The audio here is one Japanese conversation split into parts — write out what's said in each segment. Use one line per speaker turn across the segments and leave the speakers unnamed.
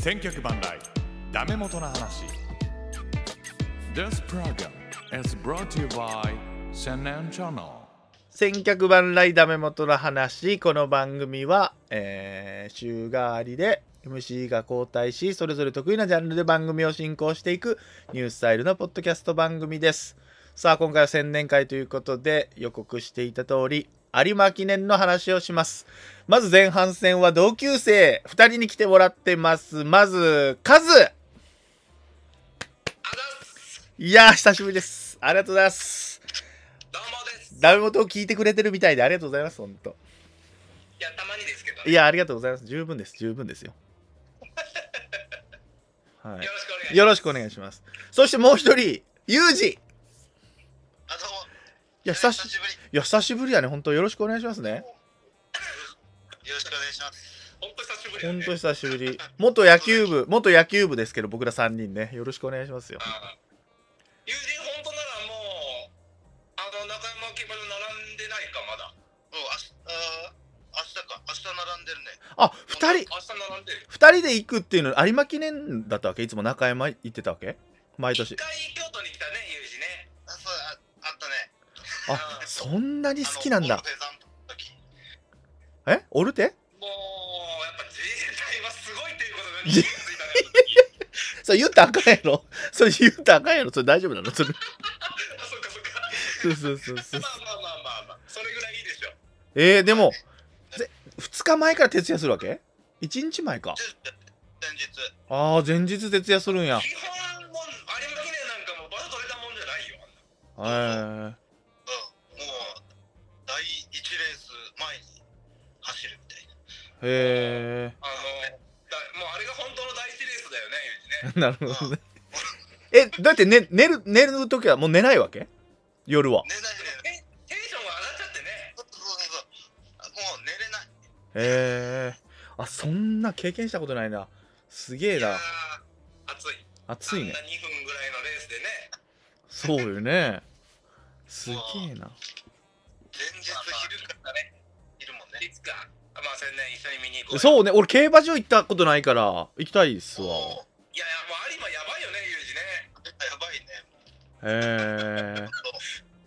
千脚万来ダメ元の話 This program is brought to you by Senan Channel
千客万来ダメ元の話この番組は、えー週替わりで MC が交代しそれぞれ得意なジャンルで番組を進行していくニュースタイルのポッドキャスト番組ですさあ今回は宣伝会ということで予告していた通り有馬記念の話をしますまず前半戦は同級生2人に来てもらってますまずカズいやー久しぶりですありがとうございます
どうもです。
ダメ元を聞いてくれてるみたいでありがとうございます本当
いや、たまにですけど、
いや、ありがとうございます。十分です。十分ですよ。は
よろしくお願い
い。
し
よろしくお願いします。そしてもう一人、ユージ。い
ます。あ、どうも。
や、久し
ぶり。
いや久しぶりやね。本当よろしくお願いしますね。
よろしくお願いします。本当久しぶりだ
本
ね。
当久しぶり。元野球部、元野球部ですけど、僕ら三人ね。よろしくお願いしますよ。
あ友人本当ならもう、あの、中山競馬場並んでないか、まだ。うん、あ明日か。明日並んでるね。
あ、二人、
明日並んでる。
二人で行くっていうの、有馬記念だったわけいつも中山行ってたわけ毎
一
年。
回京都に来たね、友人ね。あ、そう、あったね。
あ、そんなに好きなんだ。
も
えオルテ
う、やっぱ自衛隊はすごいっていうことが
じ
気づいたね。
それ言ったらあかんやろそれ言ったらあかんやろそれ大丈夫なのそれ。
あ、そっかそっか。
そうそうそうそう
ま。あまあまあまあまあ、それぐらいいいでしょ。
えー、でもぜ2日前から徹夜するわけ ?1 日前か
前日
ああ前日徹夜するんやへ
基本もう有馬記念なんかもう場所取れたもんじゃない
え
よ
ー、
うんもう第1レース前に走るみたいな
へ
あのだもうあれが本当の第1レースだよねユージね
え なるほどねえだって、ね、寝る寝る時はもう寝ないわけ夜は
寝ない寝ないテンションが上がっちゃってねそうそうそうもう寝れない
へえあそんな経験したことないなすげえな
暑い
暑いね
あんな2分ぐらいのレースでね
そうよねすげえな
前日昼からね昼もねいつかまあ千年一緒に見に行こう
そうね俺競馬場行ったことないから行きたいっすわ
いやいやもう有馬やばいよねユージねやばい
へえ
ね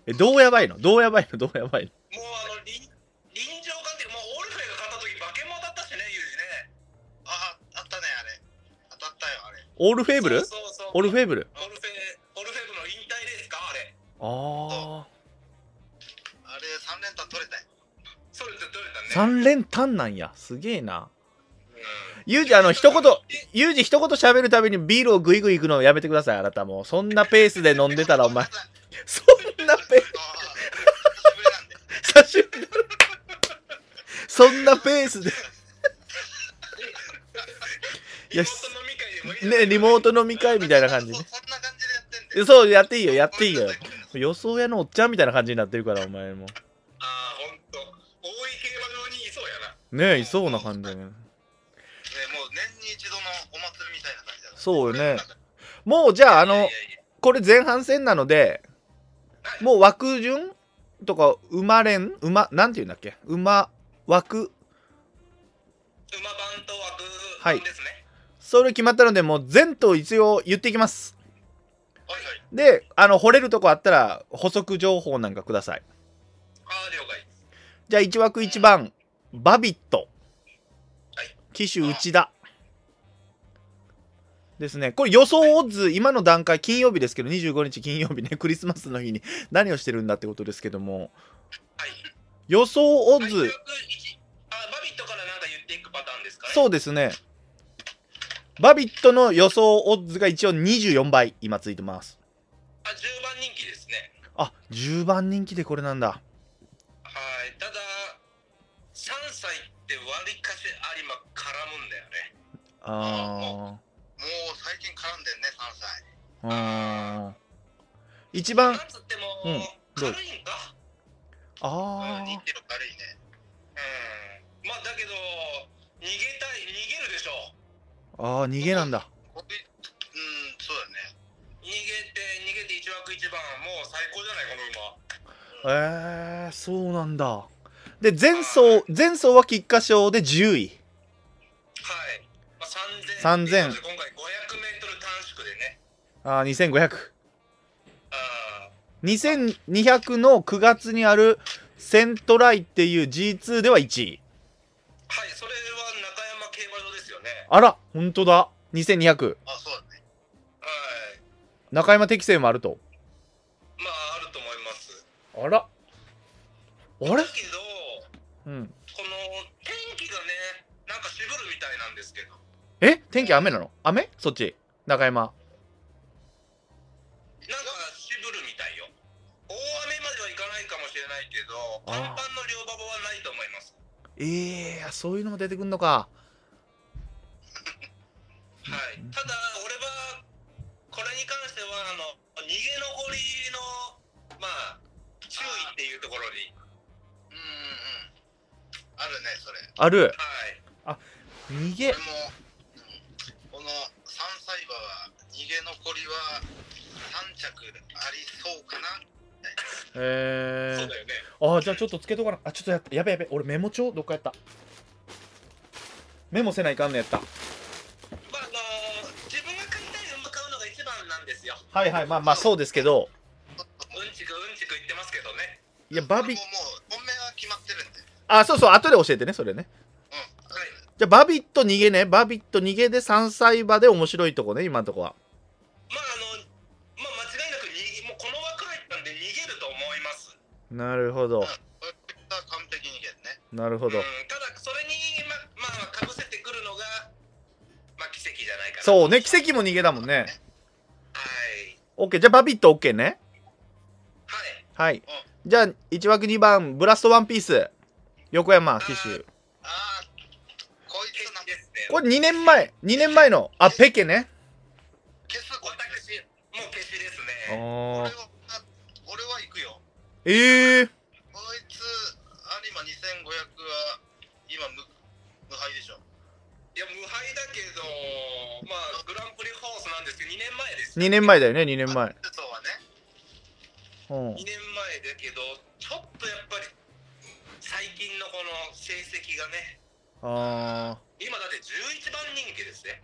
えどうやばいのどうやばいのどうやばいの
もうあの臨臨場感っていうかもうオルフェが勝った時化け物だったしねユージねああったねあれ当たったよあれ
オールフェーブル
そうそう
オル
フ
フ
ェ
ェーブル
オルフェオルフェブの引退レースかあれ
ああ
あれ3連単取れたよそれって取れたね
3連単なんやすげえな
うん
ユージあの一言
え
ユージ一言喋るたびにビールをグイグイ行くのやめてくださいあなたもうそんなペースで飲んでたらお前
あー
そんなペー
久しぶりなんで
ス久しぶりだそんなペースでいや
リモート飲み会でもい
ねリモート飲み会
いじゃん
みたいな感じ
そ
ね
そんな感じでやってんだよ
そうやっていいよやっていいよ
ごめんなさい
予想屋のおっちゃんみたいな感じになってるからお前も
ああほんと大井競馬場にいそうやな
ねえいそうな感じだね
ね、もう年に一度のお祭りみたいな感じだから
そうよねもうじゃああ
い
の
やいやいや
これ前半戦なのでもう枠順とか馬連馬なんていうんだっけ馬枠
馬番と枠
はい
ですね。
それ決まったのでもう全頭一応言っていきます
はいはい。
であの掘れるとこあったら補足情報なんかください
ああ、了解。
じゃあ1枠1番バビット
はい
騎手内田ですねこれ予想オッズ今の段階金曜日ですけど25日金曜日ね クリスマスの日に何をしてるんだってことですけども
はい。
予想オッ
はい
ズ
101あ、バビットからなんか言っていくパターンですかね。
そうですね。バビットの予想オッズが一応24倍今ついてます。
あ、十番人気ですね。
あ、10番人気でこれなんだ。
はい。ただ、三歳って割りかし有馬絡むんだよね。
あ
もう最近絡んでるね、三歳。
ーあー。一番、
なんつっても、
うんどう
軽いんか。
あ
2キロ軽いね。うん。まあだけど、逃げたい、逃げるでしょう。
ーあー、逃げなんだ。
うん、そうだね。逃げて、逃げて一枠一番、もう最高じゃない、この馬。
えー、そうなんだ。で、前走、前走は菊花賞で10位。
はい。まあ、3000
3000
今回500メートル短縮でね、
あー
あ
2500。2200の9月にあるセントライっていう G2 では1位。
ーはい、それは中山競馬場ですよね。
あら、ほんとだ。2200。
あ、そうだね。はい、
中山適正もあると。
まあ、あると思います。
あら。あれ
だけど、
うん。
この天気がね、なんか渋るみたいなんですけど、
え天気雨なの雨そっち。中山。
なんか渋るみたいよ。大雨まではいかないかもしれないけど、パンパンの両馬場はないと思います。
ええー、そういうのも出てくんのか。
はい、ただ、俺はこれに関してはあの逃げ残りの、まあ、注意っていうところに。うんうんうん、あるね、それ。
ある。
はい、
逃げ。
も、この3歳馬は逃げ残りは3着ありそうかな。
え
そうだよね。
ー、あーじゃあちょっとつけとかな。あ、ちょっとやった。やべやべ。俺メモ帳どっかやった。メモせないかんのやった。
まあ、あの自分が買いたい馬買うのが一番なんですよ。
はいはい。まあまあそうですけど。
うんちくうんちく言ってますけどね。
いや、バビ
も、う本命は決まってるんで。
あ、そうそう。後で教えてね、それね。
うん、はい。
じゃあバビット逃げねバビット逃げで3歳馬で面白いとこね今のとこは
まああの、まあ、間違いなくにもうこの枠入ったんで逃げると思います。
なるほど
これは完璧に逃げるね。
なるほど
うん、ただそれにままあかぶせてくるのがまあ奇跡じゃないかな。う。
そうね奇跡も逃げだもんね
はい。
OK じゃあバビット OK ね
は
は
い。
いじゃあ1枠2番ブラストワンピース横山騎手
ああ、こいつなんですね。
これ2年前2年前のあペケね
消す私もう消しです
あ
ね。
ー
俺は行くよ。
えー、
こいつ有馬2500は今無無敗でしょ。いや無敗だけど、まあグランプリホースなんですけど2年前です。
2年前だよね2年前、
そうはね。
うん
2、年前だけどちょっとやっぱり最近のこの成績がね
あ
今だって11番人気ですね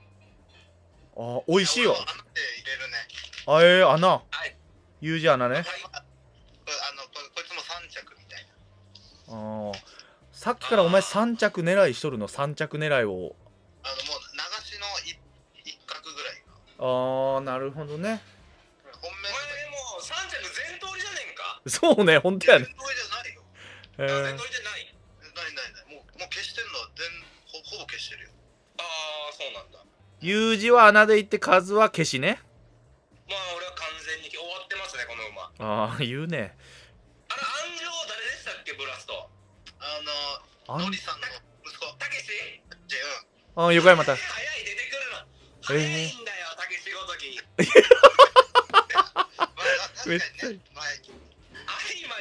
ーあー美味しいわ
あの手入れる
あ
ね
えー、穴
はい、
U 字穴ね
はい、あのここいつも3着みたいな
あーさっきからお前3着狙いしとるの3着狙いを
あのもう流しの一一角ぐらい
あーなるほどね
本命お前もう3着全通りじゃねえんか
そうね本当やね、
通りじゃないよ
えー
全通りじゃないないないないもうもう消してんのは全ほぼ消してるよああそうなんだ
U 字は穴で行って数は消しね
まあ俺は完全に終わってますねこの馬
ああ言うね
あの安城誰でしたっけブラスト
あん
あのさんの息子たけしじゃあ
あ横山た
早い出てくるの
えー
早いんだよたけしごときまあ確
めっちゃいい
前合間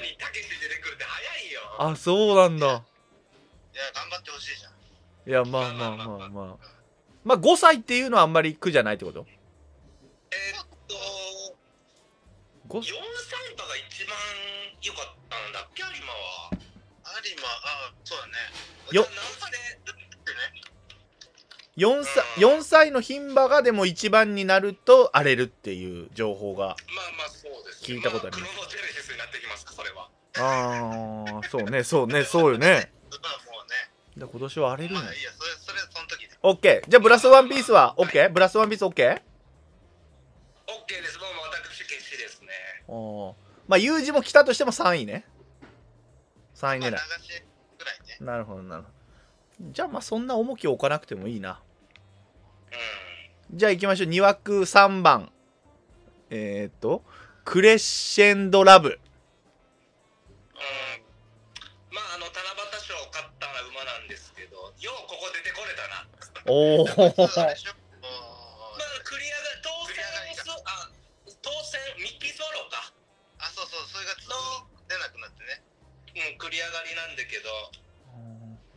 にたけし出てくるって早いよ
あそうなんだ
いや頑張ってほしいじゃん
いやまあまあまあまあまあ5歳っていうのはあんまり苦じゃないってこと
えーっと
5
4歳馬が一番良かったんだっけ有馬は有馬あそうだね
よ
何歳でね
4歳4歳の牝馬がでも1番になると荒れるっていう情報が
まあまあそうです
聞いたことあります
クロノジェネシスになってきますかそれは
ああそうねそうねそうよね
まあもうね
じゃあ今年は荒れる
ま
ね
あいいや、それ、それ、その時で。
OK じゃあブラストワンピースは OK ブラストワンピース OK?
オッケーです。どうも、私、決死ですね。
おまあ U 字も来たとしても3位ね3位
まあ、
狙い
流しぐらいね。
なるほどなるほどじゃあまあそんな重きを置かなくてもいいな
うん。
じゃあ行きましょう2枠3番えー、っとクレッシェンドラブ
うん。まあ、あの、七夕賞を勝った馬なんですけど、ようここ出てこれたな。
おお
まあ、クリアが、当選をあ、当選、ミッキースワローか。あ、そうそう、それがの出なくなってね。うん、繰り上がりなんだけど、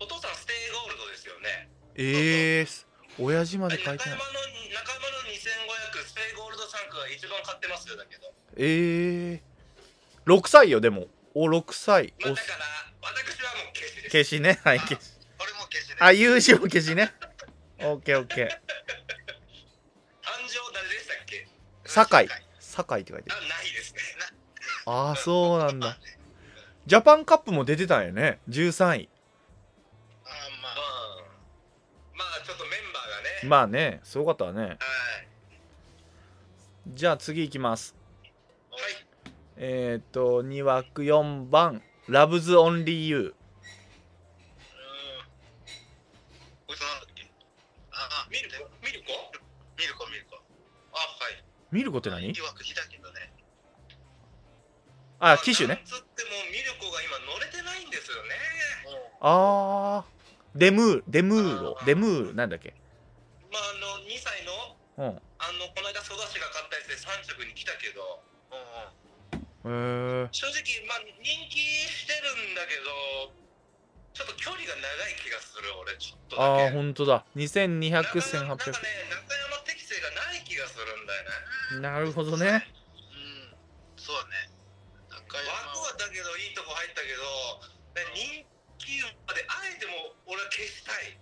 お父さん、ステイゴールドですよね。
ええー、親父まで
中
書いて
山の、中
ない
山の2500、ステイゴールド3区が一番勝ってますよ、だけど。
ええー、6歳よでもお6歳
まあ、だから、私はもう決死
お
です。
消しねはい消し
俺も決死です。
あ U 字も消しね OKOK 堺
堺
堺って書いて
あ
る
ないですねな
ああそうなんだ
あ
ジャパンカップも出てたんやね13位
あまあ、まあちょっとメンバーがね、
まあねすごかったわね
はい
じゃあ次いきます
はい
えー、っと2枠4番「ラブズ・オンリー・ユー」
こいつなんだっけああミルコミルコミルコミルコあはい
見ること何
いわく日だけどね
あ機種ね
つってもミルコが今乗れてないんですよね、
あーデムーデムーロデムーロなんだっけ
まああの2歳の
うんへ
あのこの間育ちが買ったやつで3着に来たけど、
え
正直まあ人気してるんだけどちょっと距離が長い気がする俺ちょっと
あ
だ
あ
け
ほんとだ
な
2200
かなか
1800
ね中山適性がない気がするんだよね
なるほどね
うん、そうだね。中山枠はだけどいいとこ入ったけど、ね、人気まであえても俺は消したい。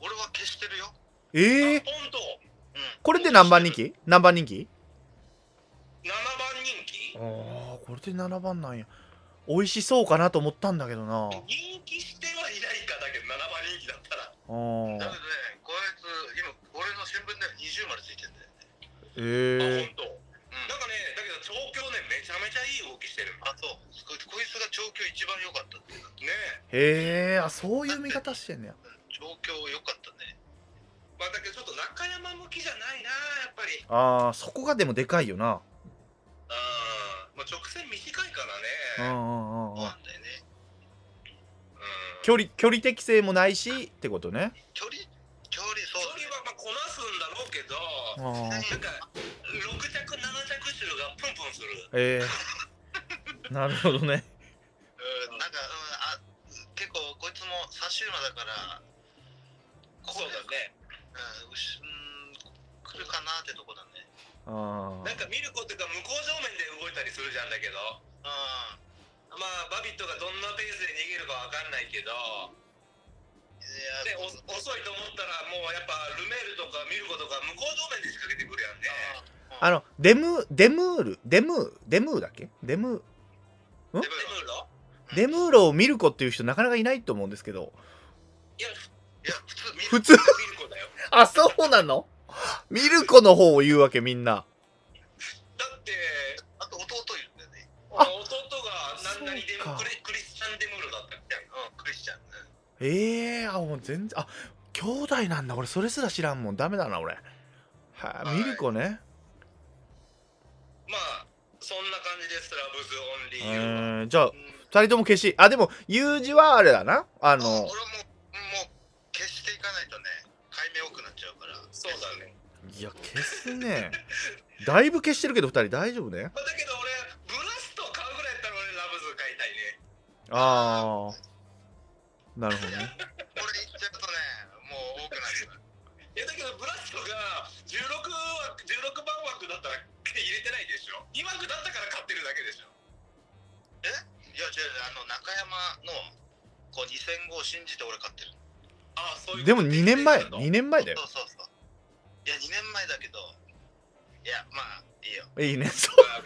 俺は消してるよ。
ええー、
本当。うん。
これで何番人気何番人気
七番人気
あ？あこれで7番なんや美味しそうかなと思ったんだけどなあ
人気してはいないかだけど七番人気だった
ー
ら。ね、こいつ今俺の新聞では二十までついてんだ
ええ
よね。あ本当。なんかね、だけど調教ねめちゃめちゃいい動きしてる。あそう。こいつが調教一番良かったってねえ。
へえあそういう見方してんねや
状況良かったね。まあ、だけどちょっと中山向きじゃないな、やっぱり。
あーそこがでもでかいよな
うん。まあ、直線短いから
うんう
ね。
んうんうん
んだよね。うん。
距離距離適性もないしってことね
距離距離そう、距離はまあこなすんだろうけど、
あ
な
ー
んか、6着、7着種がプンプンする。
ええなるほどね
うん、なんか、うん、あ結構こいつも差し馬だから、そうだね。うん、しうん、来るかなってとこだね。
あ
なんかミルコっていうか向こう正面で動いたりするじゃんだけど、うん、まあバビットがどんなペースで逃げるかわかんないけどでお遅いと思ったらもうやっぱルメールとかミルコとか向こう正面で仕掛けてくるやんね
あのデムデムールデムーデムーだっけデムん
デブロ
デムーロを見る子っていう人なかなかいないと思うんですけど
いやいや普通ミ
普通
ミルコだよ
あそうなのミルコの方を言うわけみんな
だってあと弟いるんだよね
あ
弟が何々デ
そう
ム
か
クリクリスチャン・デムーロだったっけうんクリスチャン
ええあもう全然あ兄弟なんだ俺それすら知らんもんダメだな俺は
は
あ
い
ミルコね
まあそんな感じですラブ
え
ズ・オンリーユーは
ーじゃあ
うん
2人とも消しあでも U 字はあれだなあ
俺
の
ももう消していかないとね解明多くなっちゃうからそうだね、
いや消すねだいぶ消してるけど2人大丈夫ね
まあ、だけど俺ブラスト買うぐらいやったら俺ラブズ買いたいね
ああなるほどね
これいっちゃうとねもう多くなっちゃう いやだけどブラストが16枠16番枠だったら入れてないでしょ2枠だったから買ってるだけでしょえいや違うあの中山のこう2000号を信じて俺買ってるああそういう
でも2年前2年前だよ
そうそうそういや2年前だけどいやまあ いいよ
いいねそ
あ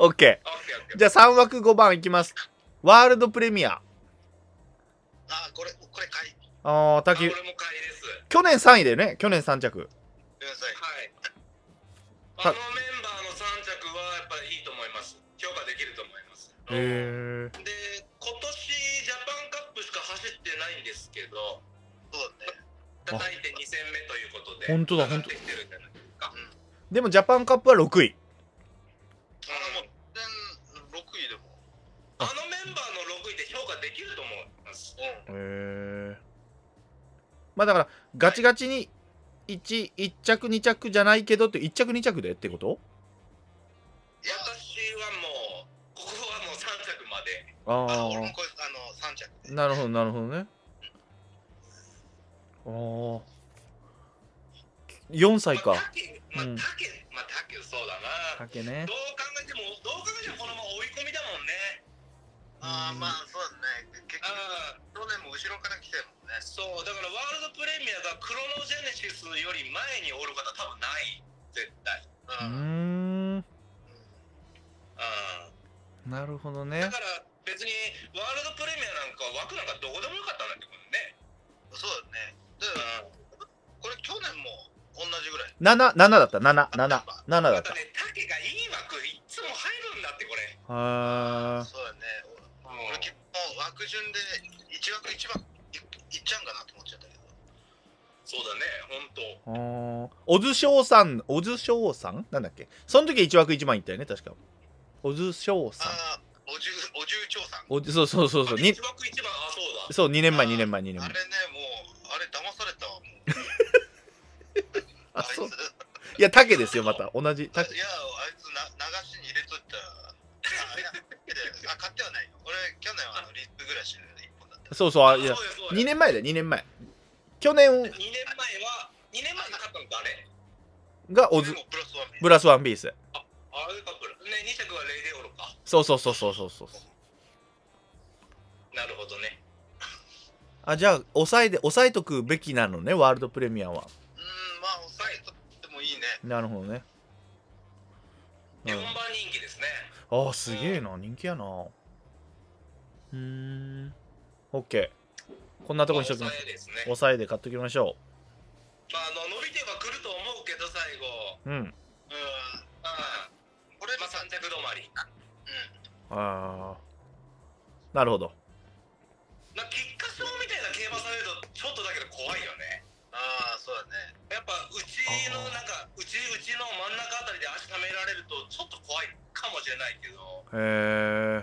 オッケ
う
ー
OK
オッケーオッケー
じゃあ3枠5番いきますワールドプレミア
あこれこれ買い
あー
あ
滝
も買いです
去年3位だよね去年3着
くださいはい
た
あのメンバーの3着はやっぱりいいと思います評価できると思います
へえ
で今年ジャパンカップしか走ってないんですけどそうね叩いて2戦目ということで
本当だ
上がってきてるんじゃないですか、うん
でもジャパンカップは6位
あのもう全6位でもあのメンバーの6位で評価できると思います、う
へ
ん、
えまあだからガチガチに 1, 1着2着じゃないけどって1着2着でってこと
私はもうここはもう3着まで
あ
これあの3着
あなるほどなるほどねああ4歳か
まあ、タケ、
うん、
まあタケ、まあ、タケ、そうだな。
竹ね
どう考えても、どう考えても、このまま追い込みだもんね。
あーまあ、
そうだね。結局、去年も後ろから来てるもんね。そう、だから、ワールドプレミアがクロノジェネシスより前におる方、多分ない。絶対。
うーん
うんうん
なるほどね
だから別にワールドプレミアなんか枠なんかどこでもよかったんだけどねそうだねだこれ去年も同じぐらい
77だった7777だっ
ま
た
ねタケがいい枠いつも入るんだってこれ
たは
そうだね俺結構枠順で1枠1枠いっちゃうんかなと思っちゃったけどそうだね本当
あー小津翔さん小津翔さんなんだっけその時1枠1万いったよね確か小津翔さん
ああお重お重長さん
おじそうそうそうそうに
1枠1番あそうだ
そう2年前
あー
2年前2年
あ
前
れね、もう、あれ騙されたわ。もう
あそう
いつ
いや竹ですよまた同じ
あ
竹
いや、あいつな流しに入れとった。あ、いや、あ買ってはないよ。俺、去年はあのリップ暮らしの一本だった。
そうそうあいや2
2,
年前だよ2年前去年
年前は、2年前に買っ
が
たの誰
オズ
もプラスワン
ブラスワンピース
あれか、プラね、2着はレイデオロか。
そうそうそうそうそうそう
なるほどね。
あじゃあ抑えで抑えとくべきなのねワールドプレミアは
うーん、まあ、抑えとってもいいね。
なるほどね、うん、
4番人気ですね。
あーすげえな人気やなうーん OK こんなとこにしときま
まあ
す
抑えですね。
抑えで買っときましょ
まあ、あの伸びてはくると思うけど、最
う
後。
うん
うんこれまあ3着止まり。うん。
あーなるほど
なんか菊花賞みたいな競馬されるとちょっとだけど怖いよね。ああ、そうだね。やっぱうちの
あー
なんかうちうちの真ん中あたりで足溜められるとちょっと怖いかもしれないけど、
へえ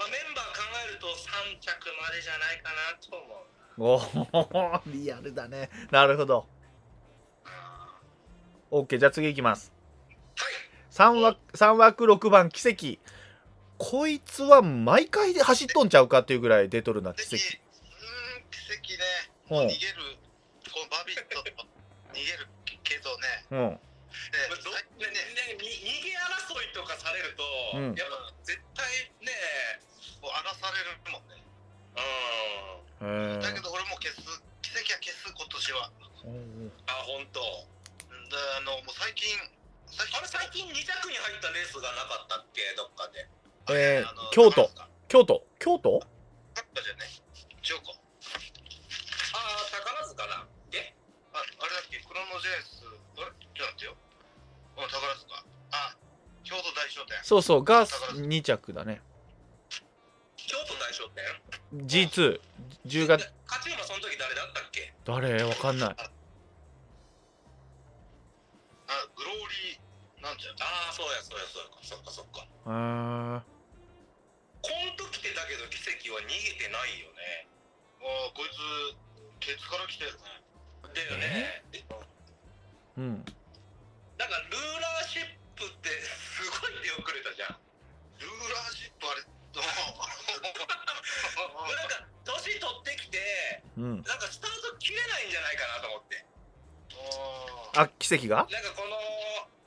まあメンバー考えると3着までじゃないかなと思う。
おお リアルだねなるほど OK じゃあ次いきます
はい。
3枠 ,3 枠6番奇跡こいつは毎回で走っとんちゃうかっていうぐらい出とるな奇
奇
跡
跡。
もう逃
うん、奇跡ね。げる。このバビットと逃げるけどね。
うん
ねどねねに逃げ争いとかされると、
うん
やっぱ絶対ねもう荒らされるもんねう
へえ
んだけど俺もう消す奇跡は消す今年はあ本当。であのもう最近最近あれ最近2着に入ったレースがなかったっけどっかで
えー
あの
京都
宝塚
京都京都
宝塚じゃねジョコああ宝塚だえああれだっけクロノジェイスあれちょっと待ってようん宝塚あ京都大商店
そうそうが2着だね
京都大商店
G210 月
勝ち馬その時誰だったっけ
誰わかんない
あグローリーなんじゃああそうやそうやそうやそっかそっか
へー
こん時ってだけど奇跡は逃げてないよねああこいつケツから来てるねだよね
うん
なんかルーラーシップってすごい出遅れたじゃんルーラーシップあれ なんか年取ってきて
うん
なんかスタート切れないんじゃないかなと思って
あ奇跡が
なんかこの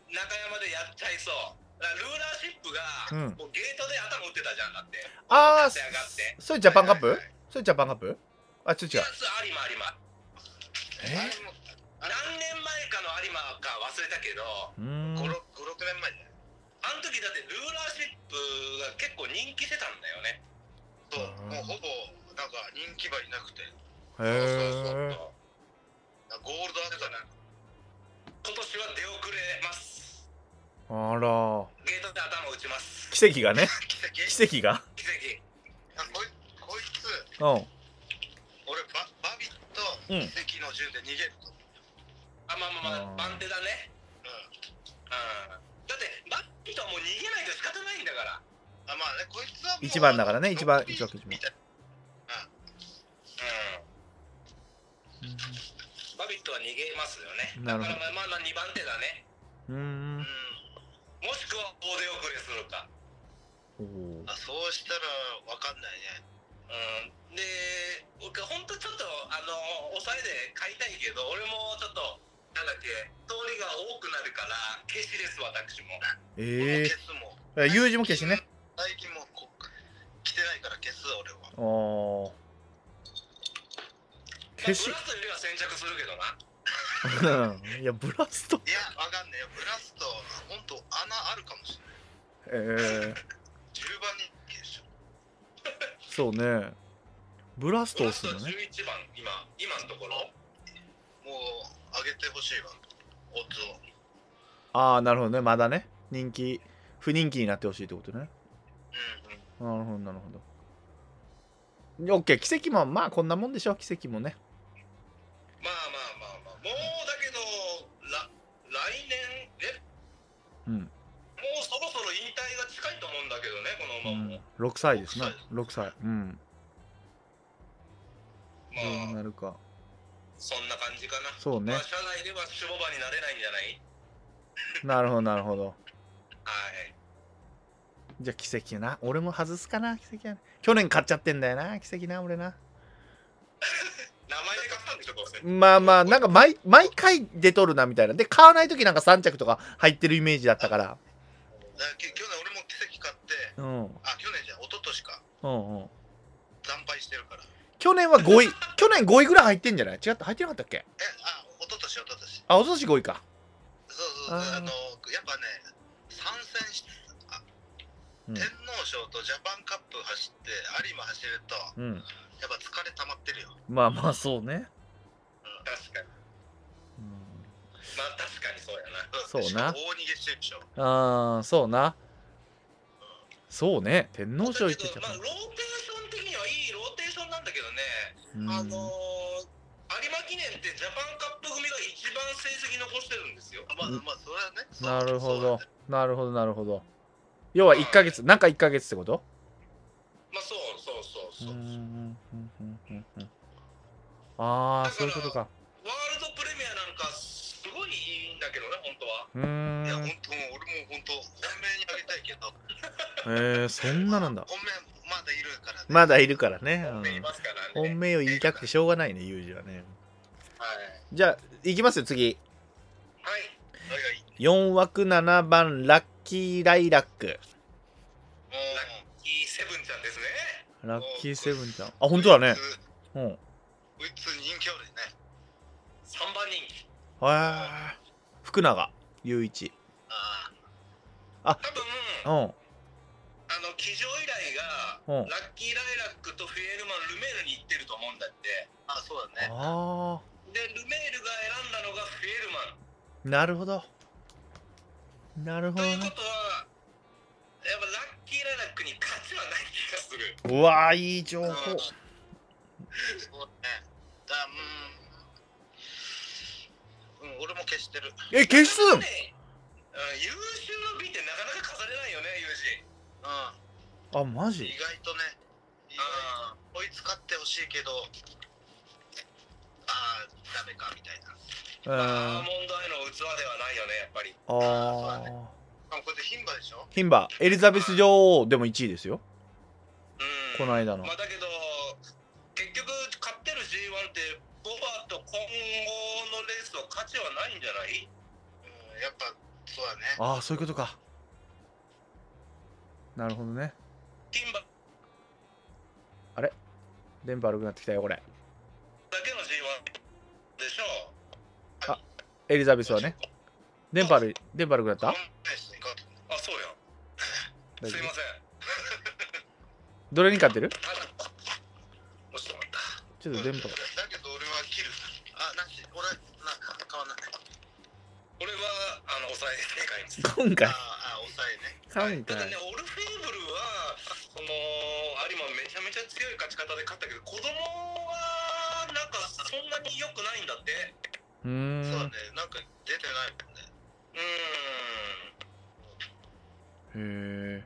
中山でやっちゃいそう。だからルーラーシップ
うん
が、もうゲートで頭打ってたじゃんだって。
ああ
立ち上がって。
それジャパンカップ
はいはいはい
それジャパンカップあちょっと違
や
う
つ有馬有馬。
え
何年前かの有馬か忘れたけど、
うーん
6年前だよ。あの時だってルーラーシップが結構人気してたんだよね。
そううんもう
ほぼなんか人気馬いなくて。
へえ
ゴールドあったな。今年は出遅れます。
あら
ゲートで頭打ちます。
奇跡がね
奇跡
奇跡が
奇跡あこいこいつ
うん
俺ババビット
うん
奇跡の順で逃げると、あまあ
あ
まあまあ
ー
番手だねうん、うん、だってバビットはもう逃げないと仕方ないんだからあまあねこいつはもう
一番だからね
あの
一番
ロッキー
一枠一番
みたいなうん、バビットは逃げますよね
なるほど
だからまあまあ2番手だね
うーん
もしくは大出遅れするか
おー
あそうしたら分かんないねうんで僕ほんとちょっとあの抑えで買いたいけど俺もちょっとなんだっけ通りが多くなるから消しです私も
ええ
すも
え友人も消しね
最近もうこ来てないから消す俺は
あー消し
まあブラスよりは先着するけどな
いやブラスト
いや、わかんねえよ。ブラスト、本当穴あるかもしれない。
えー、
10番人気でしょ。
そうねブラスト
ラ
っ
ス
す
ト
よね
11番、今、今のところ。
もう、上げてほしいわ。オッズを。
ああなるほどねまだね人気不人気になってほしいってことね
うん。うん
なるほどなるほどオッケー奇跡もまあこんなもんでしょ奇跡もね
まあまあまあまあ。もう、だけど、ら来年、え
うん、
もうそろそろ引退が近いと思うんだけどね、この
う
馬
ん
も。
6歳ですね6
6
歳うんどう
まあ、
なるか
そんな感じかな。
そうね
まあ、社内では守護馬になれないんじゃない
なるほどなるほど
はい。
じゃあ奇跡な俺も外すかな奇跡やな去年買っちゃってんだよな奇跡な俺な
名前で買ったんでしょ、どうせ。
まあまあなんか毎毎回出とるなみたいなで買わない時なんか3着とか入ってるイメージだったから
だからき去年俺も奇跡買って、
うんうん
あ、去年じゃん、一昨年か、
うん
惨敗してるから。
去年は5位去年5位ぐらい入ってんじゃない違った入ってなかったっけ
え、あ、一昨年、一昨年。
あおととし5位か
そうそう
あー
あの、やっぱね、参戦し、あ
うん
天皇賞とジャパンカップ走って、有馬走ると、
うん
やっぱ疲れ溜まってるよ。
まあまあそうね、
確か
う
に。
ん
まあ、確かにそうやな。
そうな
しかも大逃げしてるでしょ。
ああそうなそうね天皇賞行ってた
まあ、ローテーション的にはいいローテーションなんだけどね、あのー有馬記念ってジャパンカップ組が一番成績残してるんですよ。まあ
うん
まあ、それはね。そう
なるほ
そうなん
ど
だよ
なるほどなるほど要は1ヶ月中1ヶ月ってこと
まあ、そうそうそうそう。
ああ
だから
そういうことか
ワールドプレミアなんかすごいいいんだけどね、本当は。
うーん
いや、本
へ
当、俺も本当、本命にあげたいけど、
えそんななんだ
本命まだいるからね。
まだいるからね、うん
ねいますからね。
本命を言いたくてしょうがないねユージはね
はい。
じゃあ行きますよ次
はい。お願い。
4枠7番ラッキーライラック
ラッ
いいセブンちゃんですね。
ラッキーセブンちゃんあ本当だねうんへ
こいつ人気あるよね。
3番人気。
え福永雄一
あ
あ
多分、
うんうん
あの、騎乗依頼が、
うん
ラッキーライラックとフィエールマン、ルメールに行ってると思うんだって。あ、そうだね。
あ
で、ルメールが選んだのがフィエールマ
あ
ン。
なるほどなるほ
と
ど
いうこ
ね
とは、やっぱラッキーライラックに勝ちはない気がする。
うわーいい情報
そうね。だうん。うん、俺も消してる。
え消す
ねうん、優秀の美ってなかなか飾れないよね、友人。う
あマ
ん、
ジ
意外とね。うん、追いつかってほしいけど、ああ、ダメかみたいな。
えー
アーモンドアイの器ではないよね、やっぱり。
あ
あ、これで牝馬でしょ
牝馬エリザベス女王でも1位ですよ
うん。
この間の
まあ、だけど結局勝ってる G1 ってボバーと今後のレースは価値はないんじゃない、うん、やっぱそうだね
ああそういうことかなるほどね
ティンバ
電波悪くなってきたよこれ
だけの G1 でしょ
エリザベスはね電波悪い電波悪くなった
このレースに勝つあそうや
大
す
丈夫
いません
どれに勝ってる
あら落ちてもらった
ちょっと電波
だけど俺は切るあなし俺はなんか変わんない俺はあの抑えでかいんで
今 回
すああ抑えね
今
た
回
だね、オルフェーブルは、その、有馬めちゃめちゃ強い勝ち方で勝ったけど、子供は、なんか、そんなに良くないんだって。
うーんへ、
なんか出てないもんね。うーん、
え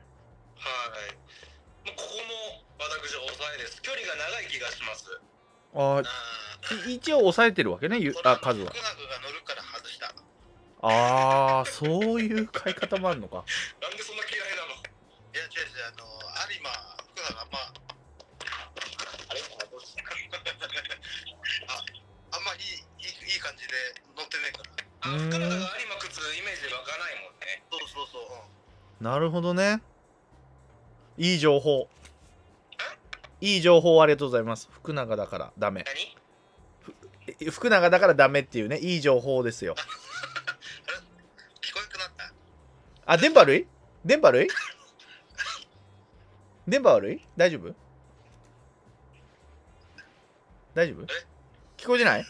はい。もうここも、私、抑えです。距離が長い気がします。
あーい一応抑えてるわけねゆあ数は
福永が乗るから外した。な
ああそういう買い方もあるのか
んでそんな嫌いなのいや、違う違う、あの、有馬、福永、あんま、あれあ、どうしたあ、あんまりいいいい感じで乗ってないから。
う
あ、カナダ
ーん
が有馬靴イメージ湧かないもんね。
そうそうそう。うん
なるほどねいい情報いい情報ありがとうございます福永だからダメ
何
え福永だからダメっていうねいい情報ですよ
聞こえなくなった
あ電波悪い電波悪い電波悪い大丈夫大丈夫
え
聞こえてない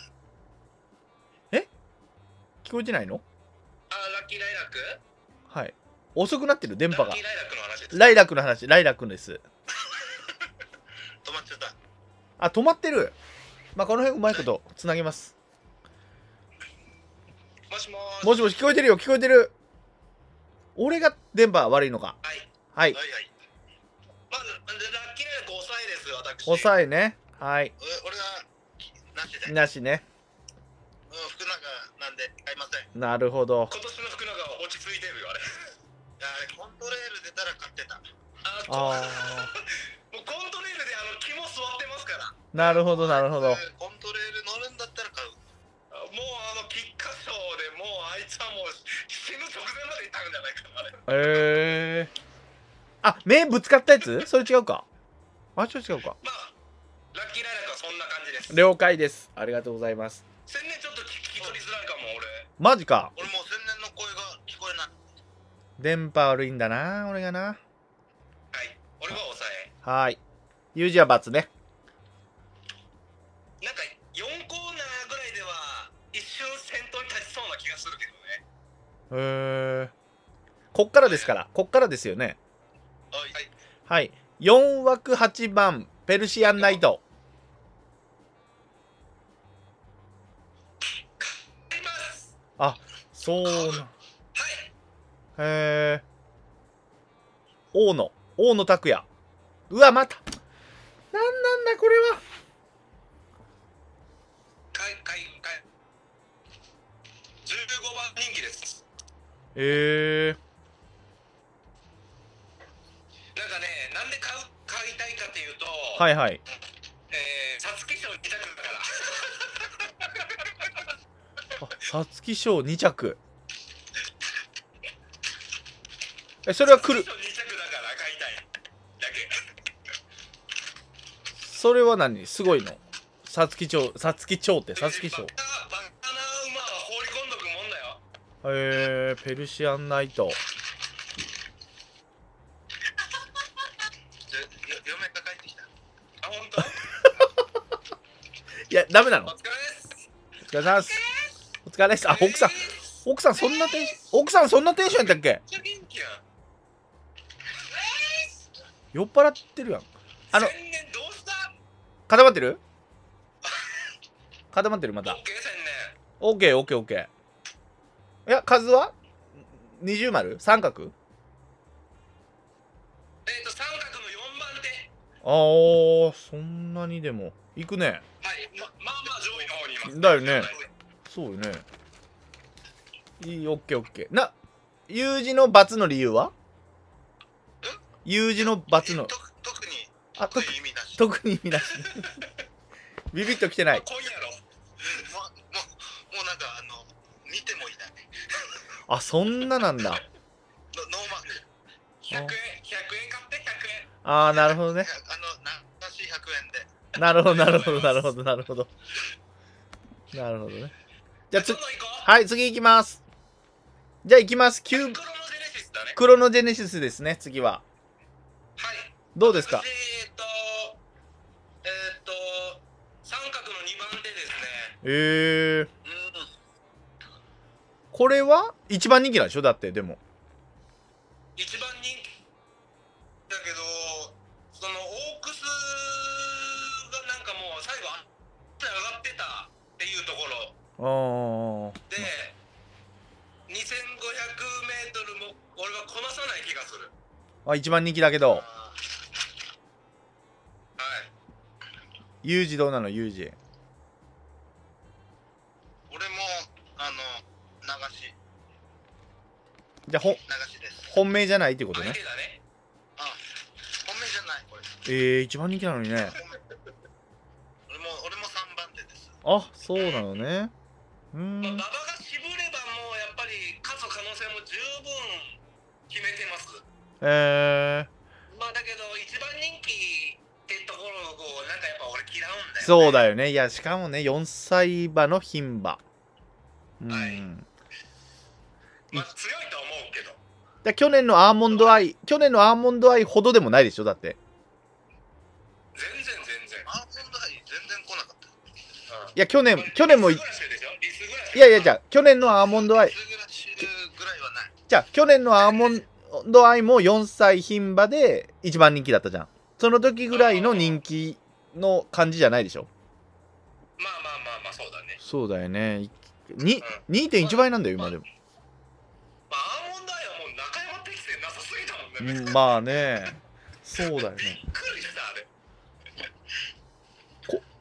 え聞こえてないの
あラッキーライラック
はい遅くなってる電波
ラッ
が
キーライラックの話です
ライラックの話ライラックです
止まっちゃった
あ止まってるまあこの辺うまいことつなげます
もしもーし
もしもし聞こえてるよ聞こえてる俺が電波悪いのか
はい
はい
はいはいまずラッキーライラック5歳です私
抑えねはい
お俺がなしでうん
なしね
福永なんで買いません
なるほど
今年の福永は落ち着いてるよあれ いやあれコントレール出たら買ってたあこ
あ
もうコントレールであの肝座ってますから
ーなるほどなるほど
コントレール乗るんだったら買うもうあの菊花賞でもうあいつはもう死ぬ直前までいたんじゃないかなあれ
えー、あ目ぶつかったやつそれ違うかあちょっと違うか
まあラッキーライラックはそんな感じです
了解ですありがとうございます
宣年ちょっと聞き取りづらいかも俺
マジか
俺もう宣年の声が聞こえない
電波悪いんだな俺がな
はい俺は抑え
はーい U 字は×ね
なんか4コーナーぐらいでは一瞬先頭に立ちそうな気がするけどね
へえこっからですからこっからですよね
はい、はい、
はい4枠8番ペルシアンナイト
買います
そうな
はい
へえ大野大野拓也うわまたなんなんだこれは
買い買い買い15番人気です
へえ
なんかねなんで買う買いたいかというとい
はいはい
えー皐月賞2着だから
あ皐月賞2着えそれは来る
皐月賞2着だから買いたいだけ
それは何すごいの皐月賞皐月賞って皐月賞へ
バカバカな馬は放り込んどくもんだよ
えペルシアンナイト
よ嫁が帰ってきたあ本当
いやダメなの
お疲れです
お疲れさんですお疲れです あ奥さん
えー
奥さんそんなテンション奥さんそんなテンションやったっけ
めっちゃ元気やん
酔っ払ってるやんあの
千年どうした
固まってる固まってるまた
オッケー千年
OKOKOK いや数は二重丸三角
えっ、と三角の四番手
あーそんなにでもいくね
はいままあまあ上位の方にいます
だよね
はい
そうよねいいオッケーオッケーな U 字の×の理由は U 字の×の
と特に
あ特
意味なし
特に意味なしビビッときてない
今夜のもうもうもうなんかあの見てもいない
あそんななんだ
ノノーマーク100円100円買って100円
ああなるほどね
あの懐かしい100円で
なるほどなるほどなるほどなるほどなるほどねじゃあつ
どんどん行こう
はい次行きますじゃあ行きます
キュ
9
ークロノジェネシスだね
クロノジェネシスですね次は
はい
どうですか
私えっ、とえっ、と三角の二番手ですね
えー、
うん
これは一番人気なんでしょだってでも
一番人気だけどそのオークスがなんかもう最後あ上がってたっていうとこ
あ
ろ
あ
で 2500m も俺はこなさない気がする
あ一番人気だけど
はい
ユージどうなのユージ
俺もあの流し
じゃあほ
流しです
本命じゃないってこと
相
ね
手だねあ本命じゃないこれ
えー、一番人気なのにね
俺も俺も3番手です
あそうなのねうーん
まあ、馬場が渋ればもうやっぱり勝つ可能性も十分決めてます
えー、
まあだけど一番人気ってところをこうなんかやっぱ俺嫌うんだ
そうだよね。いや、しかもね、4歳馬の牝馬。うん。
はい
まあ、強いとは思うけど。
だ去年のアーモンドアイ、去年のアーモンドアイほどでもないでしょ、だって。
全然全然。
アーモンドアイ全然来なかった。
いや、去年、去年も、
リ
い
スグラッシュでしょリスグラッシュ
やいや、じゃあ、去年のアーモンドアイ
リ、スグラッシュぐらいはない。
じゃあ、去年のアーモンドアイも4歳牝馬で一番人気だったじゃん。その時ぐらいの人気の感じじゃないでしょ。
まあまあまあまあ、そうだね。
そうだよね。に
う
2.1倍なんだよ、今でも。
まあ、アーモンドアイはもう中山適正なさすぎたもんね。
うんまあね。そうだよ
びっ
ね。
くりした、あれ。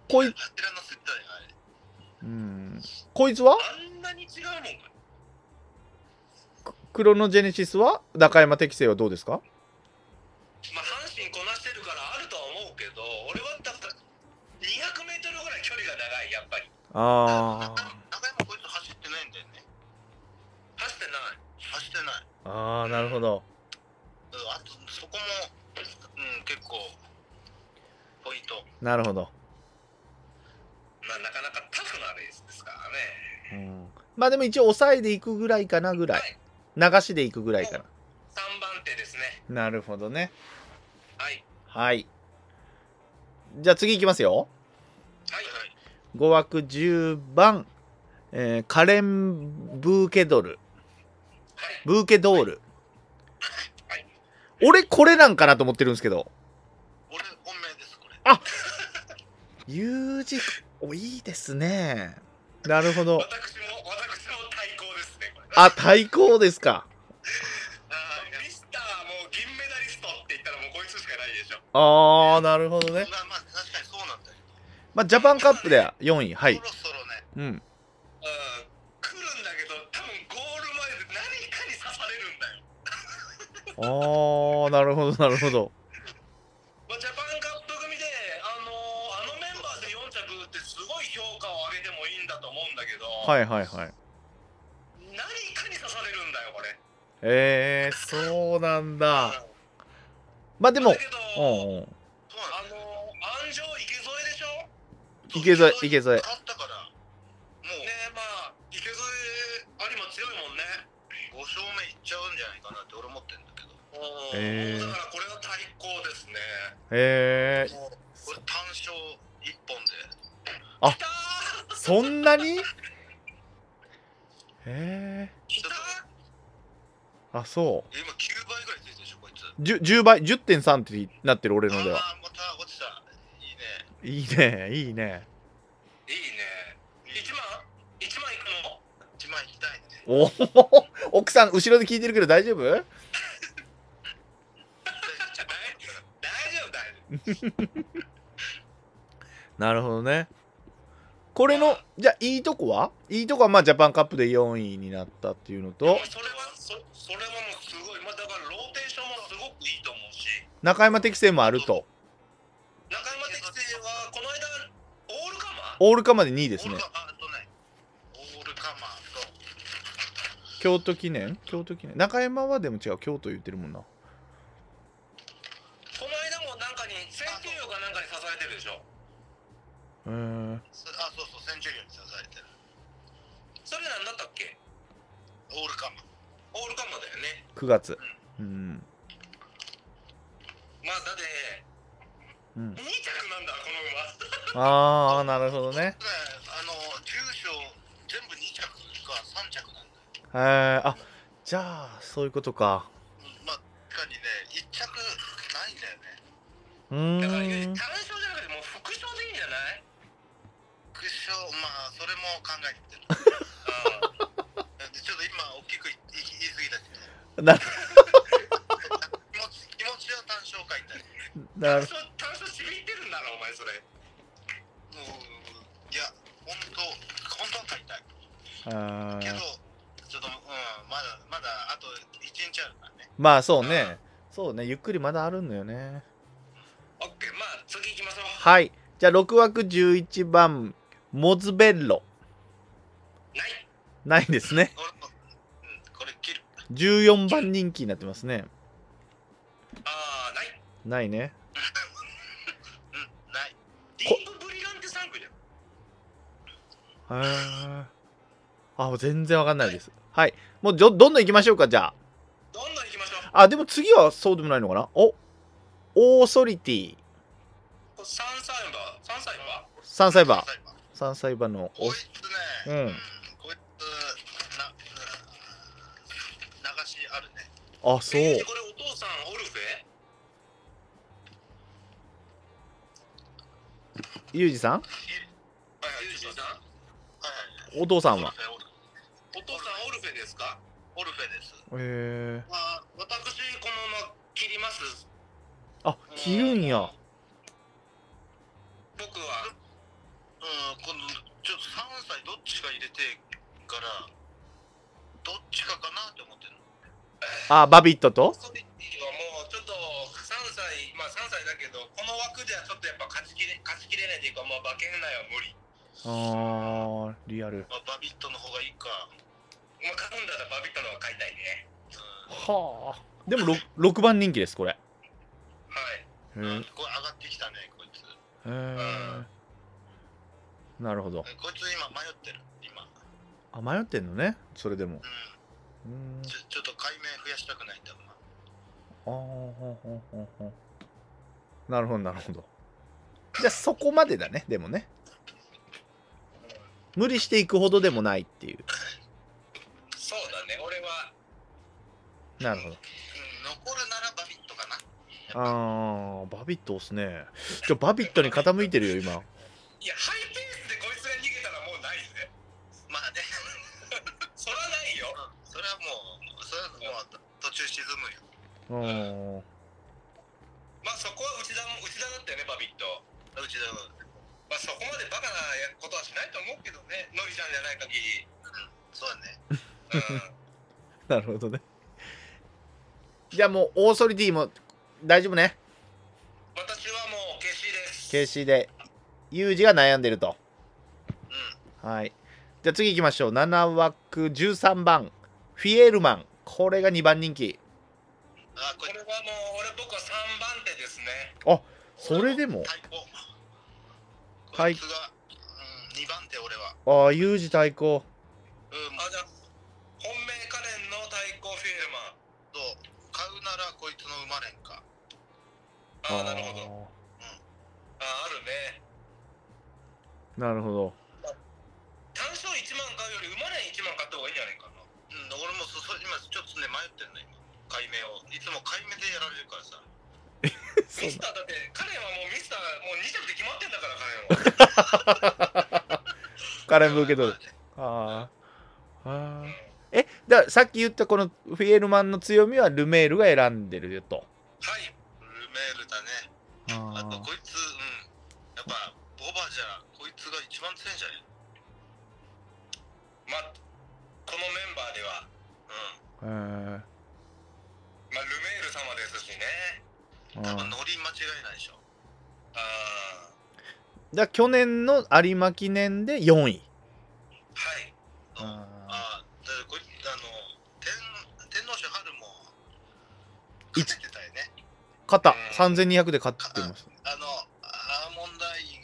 こい、
あちらの世代はあれ。
うん。こいつは
あんなに違うもんか。
クロノジェネシスは中山適正はどうですか
まあ、阪神こなしてるからあるとは思うけど、俺はだから200メートルぐらい距離が長い、やっぱり。
あ
中山こいつ走ってないんだよね。
走ってない。
走ってない。
あ。ああ、なるほど。
うんあと、そこも、うん、結構、ポイント。
なるほど。
まあ、なかなかタフなレースですからね。
うん、まあでも一応抑えでいくぐらいかなぐらい。流しでいくぐらいか
3番手ですね。
な。なるほどね。
はい。
はい。じゃあ次いきますよ。
はいはい。
5枠10番、えーカレン・ブーケドル。ブーケドール。
はい
俺これなんかなと思ってるんですけど。
俺、本命です、これ。
U 字、お、いいですね。なるほど。
私も、私も対抗ですね、これ。
あ、対抗ですか。
あーミスターもう銀メダリストって言ったらもうこいつしかないでしょ。
あー、なるほどね。
まあまあ、確かにそうなんだよ。
まあ、ジャパンカップでは4位。はい
そ。ろそろね、
うん。
うん、来るんだけど、多分ゴール前で何かに刺されるんだ
あー、
よ。
なるほど、なるほど。
まあ、ジャパンカップ組で、あのーあのメンバーで4着ってすごい評価を上げてもいいんだと思うんだけど、
はいはいはい。
何かに刺されるんだよ、これ。
えー、そうなんだ。
うん
まあでも
だ、けど、
うんうん。
そう
あ
なんだ
の
よ。
ー、安城池添でしょ
池添、池添。
勝ったから、もう
ねえ、まあ、池添ありも強いもんね。
5勝目いっちゃうんじゃないかなって俺思ってるんだけど、
うん
へえ
だからこれは対抗ですね。
えー、
もう、これ単勝1本で、
あ
きたー
そんなにえ
ちょっ
ー、あ、そ
と今9倍ぐらいついてるでしょ、こいつ。
う。10, 10倍、10.3ってなってる俺のでは。
あーまた落ちた。いいね。
いいね、いいね。
いいね。1万 ?1 万いくの
1万いきたいね。
おお奥さん、後ろで聞いてるけど大丈夫
大丈夫大丈夫。
なるほどね。これの、じゃあ、いいとこはいいとこは、まあ、ジャパンカップで4位になったっていうのと、
それはそ、それはもうすごい。まあ、だからローテーションもすごくいいと思うし、
中山適正もあると、
中山適正はこの間、オールカマー
オールカまで2位です
オー
ね
ル。カマーとね、オールカマーと、
京都記念京都記念。中山はでも違う、京都言ってるもんな。
この間もなんかに、選球用かなんかに刺されてるでしょ。
うーん。
そあ、そうそう、センチュリオンに支えてる。
それなんだったっけ
オールカマー。
オールカマーだよね。
9月。うん。
まあ、だって、
うん
2、着なんだ、この馬。
ああ、なるほどね。
ね、あの、住所、全部2着か3着なんだよ。
えー、あじゃあ、そういうことか。
うんまあ、確かにね、1着ないん
う
だよね。
だから、単
ーん。
勝じゃなくて、もう副賞でいいんじゃない
副賞、まあ、それも考えてる。
う ん。
でちょっと今、大きくいい言い過ぎたけど、
な
気持ち気持ちは単勝書いたり。
なる
単勝、単勝ちびってるんだろ、お前、それ。
もう、いや、本当本当は書いたい。
あ
け
ー
ど、ちょっと、うん、まだ、まだ、あと1日あるからね。
まあ、そうね。そうね。ゆっくりまだあるんだよね。
オッケー、まあ、次行きましょう。
はい。じゃあ、6枠11番、モズベッロ。
ない。
ないですね。
俺もうん、これ切る。
14番人気になってますね。
ああ、ない。
ないね。
うん、ない。
リンブブリガンってさ、
へーあもう全然わかんないですはいもうどどんどん行きましょうかじゃ
どんどん行きましょう
ああでも次はそうでもないのかなおオーソリティ
これ三歳馬三歳馬
3歳馬
こ
3歳馬の
い
オ
つ
うん
ね、こいつな流しあるね
あそう
えーこれお父さんオルフェ
ユージさん
はい
ユージさん
は
お父さんはい
はい
お父さんオルフェですか
オルフェです
へえ
あ私このまま切ります
あ着るんや
僕は
うんこのちょっと3歳どっちか入れてからどっちかかなって思ってるの
あバビットと
ソリティはもうちょっと3歳まあ3歳だけどこの枠ではちょっとやっぱ勝ちきれ勝ちきれないというかもう馬券内は無理
あーリアル
まあバビットの方がいいか
まあ買うんだったらバビットの方が買いたいね
はあでも 6, 六番人気ですこれ
はい
へえ
うん、これ上がってきたねこいつ
へーなるほど
こいつ今迷ってる今う
あ迷ってんのねそれでも
ん
うーん
ちょちょっと解明増やしたくないんだろうな
あーほんほんほんほんなるほどなるほどじゃあそこまでだねでもね無理していくほどでもないっていう
そうだね俺
な
は
るほど
うん残るならバビットかな
あーバビット押すねじゃあバビットに傾いてるよ今
いやハイペースでこいつが逃げたらもうないぜ
まあね
そらないよ
それはもうそれはもう途中沈むよ
うーん
まあそこは内田も内田だったよねバビット
うちだ
まあそこまでバカなことはしないと思うけどねノリちゃんじゃない限り
そうだね
うん
なるほどねじゃあもうオーソリティも大丈夫ね
私はもう消しです。
形式でユージが悩んでると
うん
はいじゃあ次行きましょう7枠13番フィエールマンこれが2番人気
あこ
こ
れ
れはもう俺僕は三番手ですね。
それでも
対抗
は
こ
い
いつが、うん、2番手俺は
ああユージ対抗
うん
あじゃあ本命カレンの対抗フィエルマン。
と買うならこいつの生まれんか
ああなるほど。ああるね。
どなるほど
単勝一万買うより馬連一万買った方がいいんじゃないかな。
うん俺もそそ今ちょっとね迷ってんの今解明をいつも解明でやられるからさ
そう
ミスターだってカレンはもうミスターもう二着で決まってんだから
カレンブーケドル あーあーえだからさっき言ったこのフィエールマンの強みはルメールが選んでるよと
カレンは。はい。
ルメールだねあとこいつうんやっぱボバじゃこいつが一番強いんじゃない
まあこのメンバーでは
あーへ
まあルメール様ですしね。
ー
うん多
あー
分乗り間違いないでしょ
ああ
だから去年の有馬記念で4位
はい。
うん
あ
あだってこいつあの天天皇賞春も
い
勝
つ
てたよね
肩3200で勝ってます
あのアーモンドアイ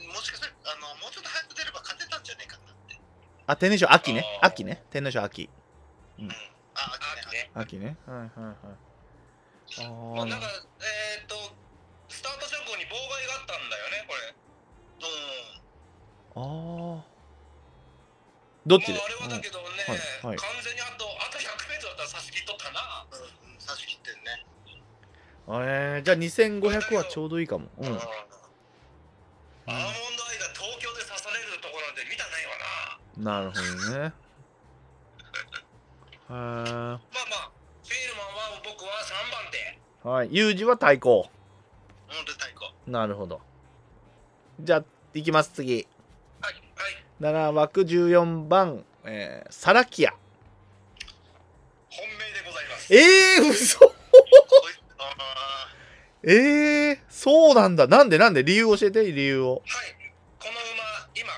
ンもしかしたらあのもうちょっと早く出れば勝てたんじゃねえかなって
あ天皇賞秋ね
あー
秋ね天皇賞秋
あ
あ
秋
と
ね
ね。
秋ねはいはいはいあ
まあなんか
ー
えーっとスタート直後に妨害があったんだよねこれ。
うん
あーどっちで
まあ、あれはだけど
う
ね、
んはいはい
完全にあとあと 100m だったら差し切っとったな、
うん差し切ってるね
うんえーじゃあ2500はちょうどいいかもうん
アーモンドアイが東京で刺されるとこなんて見たないわ
な
な
るほどね。は
まあまあフィールマンは僕は3番
い。
手
はい。ユージは対抗。
うんで太鼓
なるほど。じゃあ、いきます、次。
はいはい
7枠14番、えー、サラキア。
本命でございます
えー、嘘
こいつあー
えー、そうなんだ。なんでなんで理由教えて、理由を。
はいこの馬今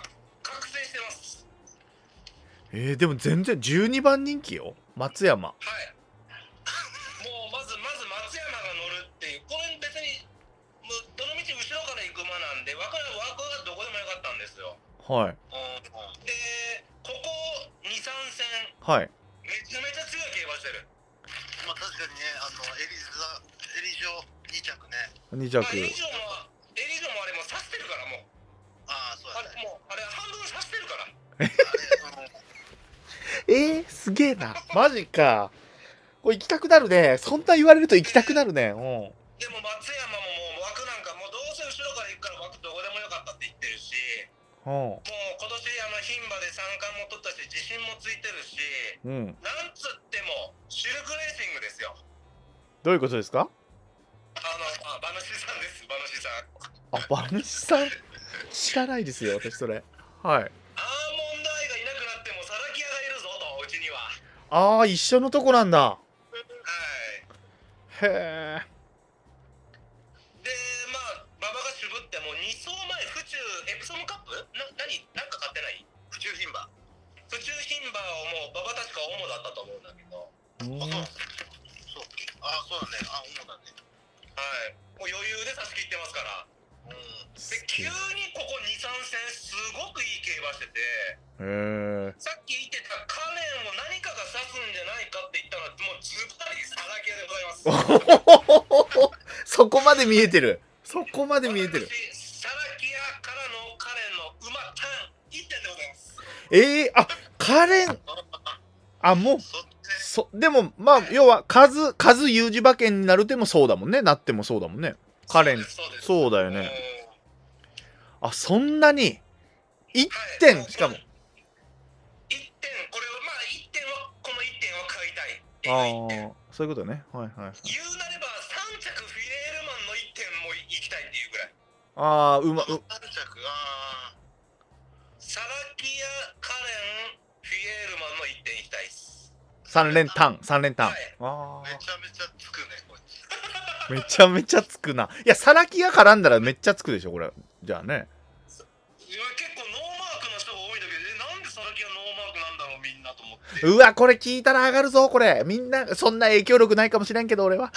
覚醒してます
えー、でも全然12番人気よ。松山。
はいもうまずまず松山が乗るっていうこれ別にもうどの道後ろから行く馬なんで枠枠はどこでもよかったんですよ
はい。
うん
はい。
めちゃめちゃ強い競馬してる。
まあ確かにね、あの、エリザ、エリジョ2着ね。
2
ま
着
あ、。エリジョも、エリジョもあれもう刺してるからもう。
ああ、そう
あ
や
れ
ね。
もう、あれ半分刺してるから。
あれ、うん
えー、すげえな。マジか。これ行きたくなるね。そんな言われると行きたくなるね。うん。
でも松山ももう枠なんかもうどうせ後ろから行くから枠どこでもよかったって言ってるし、
うん
もう今年あの牝馬で三冠も取ったし自信もついてるし、
うん。
なんつってもシルクレーシングですよ。
どういうことですか
あの、あ、馬主さんです、馬主さん。
あ、馬主さん知らないですよ、私それ。はい。
アーモンドアイがいなくなってもサラキアがいるぞと、うちには。
ああ、一緒のとこなんだ。
はい。
へえ。
で、まあ、馬場が渋ってもう2走前、府中エプソムカップな、何、なんか買ってない府中牝馬。府中牝馬をもう馬場確か主だったと思うんだけど。
うん
あ、そうなんですねそう。ああ、そうだね。あ、主だね。
はい、もう余裕で差し切ってますから、
うん。
で急にここ2、3戦、すごくいい競馬してて、
へえ。
さっき言ってたカレンを何かが刺すんじゃないかって言ったら、もうずばりさらけでございま す。
そこまで見えてる。そこまで見えてる。
私サラキアからのカレンの馬タン1点でございます。
えー、あ、カレン。あ、もう、
そっちね。
そ、でも、まあ、要は、数、数 U 字馬券になるてもそうだもんね。なってもそうだもんね。カレン。
そうです。
そうだよ
うん
ね。あ、そんなに。1
はい
点、しかも。
1点、これを、まあ1点は、この1点を買いたい。
ああ、そういうことね。はいはいはい。
言うなれば3着フィレールマンの1点も行きたいっていうぐらい。
ああ、うま、う、
三着が、
サラキア、カレン、フィエールマンの1点いきたいっす。
3連単、3連単。
はい
あ
めちゃめちゃつくね、こいつ。
あ、めちゃめちゃつくな。いや、さらきが絡んだらめっちゃつくでしょ、これ。じゃあね。
いや結構ノーマークの人が多いんだけど、えなんでサラキアノーマークなんだろうみんなと思って。
うわ、これ聞いたら上がるぞ、これ。みんな、そんな影響力ないかもしれんけど、俺は。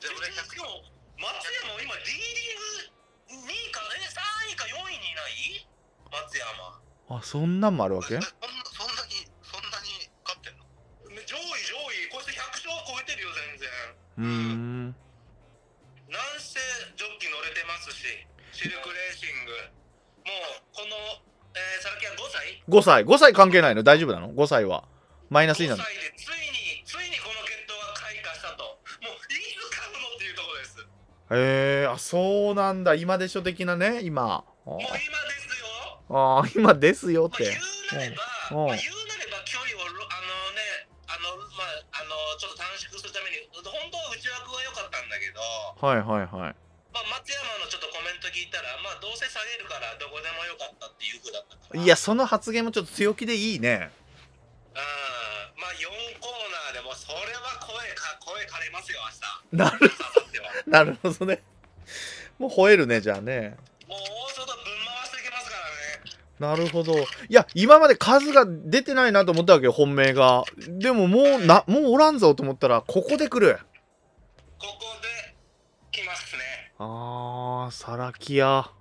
じゃあ俺
で
100
しかも松山今リーディング2位か、え、3位か4位にいない松山。
あ、そんなんもあるわけ
えそんな、そんなに、そんなに勝ってんの
上位上位、こいつ100勝超えてるよ
う
全然。
ーん。
なんせジョッキ乗れてますし、シルクレーシング。もうこの、えーサラキア5歳
5歳、5歳関係ないの大丈夫なの ?5 歳は。マイナスにな
5
るの
歳でついについにこの決闘が開花したともういつ買うのっていうところですも
へえ、あ、そうなんだ。今でしょ的なね、今。あ
う今ですよ
あー、今ですよっ
まあ、言
て。
うなれば、
うんうん
まあ、言うなれば距離をろあのねあのまああのちょっと短縮するために本当は内枠は良かったんだけど、
はいはいはい。
まあ、松山のちょっとコメント聞いたらまあどうせ下げるからどこでも良かったっていう風だったから
いや、その発言もちょっと強気でいいね。
うんまあ4コーナーでもそれは声か声枯れますよ明日
なる、
明後日
な
は
るほどね。もう吠えるね、じゃあね。
も う大外ぶん回していきますからね
なるほど。いや、今まで数が出てないなと思ったわけよ、本命が。でももうな、もうおらんぞと思ったら、ここで来る。
ここで来ますね。
あー、さらきや。
は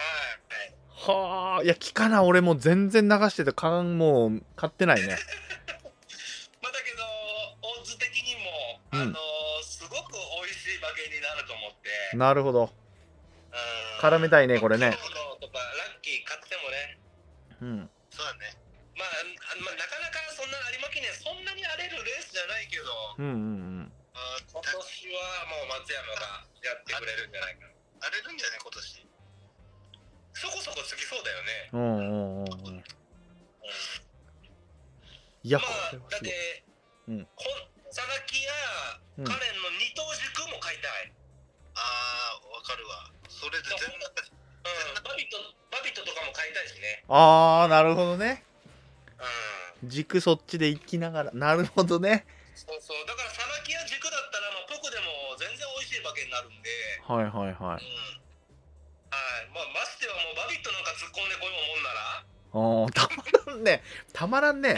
い。
はあ、いや、聞かな、俺もう全然流してて、缶もう買ってないね。
まあ、だけど、オッズ的にも、
うん
あのーすごく美味しい馬券になると思って。
なるほど。
うん
絡めたいねこれね
京都とかラッキー買ってもね。
うん。
そうだね。
まあ、あまあ、なかなかそんな有馬記念、そんなに荒れるレースじゃないけど、
うんうんうん。
あー
今年はもう松山がやってくれるんじゃないかな。
荒れるんじゃない今年。
そこそこつきそうだよね。
うんうんうんうん。いや、
ま
こ
あ
れは、
だっ
すごい。
て、
うん
ほん、佐々木や
うん
カレンの二等軸も買いたい。
ああ、わかるわ。それで全部勝ち
うん、バビット、バビットとかも買いたいしね。
あー、なるほどね。
うん。
軸そっちで行きながら。なるほどね。
そうそう。だから、さばきや軸だったら、まあ、ポクでも全然美味しい馬券になるんで、
はいはいは
う
い。
ん。はい。まあ、ましてはもう、バビットなんか突っ込んでこようもんなら、
おー、たまらんね。たまらんね。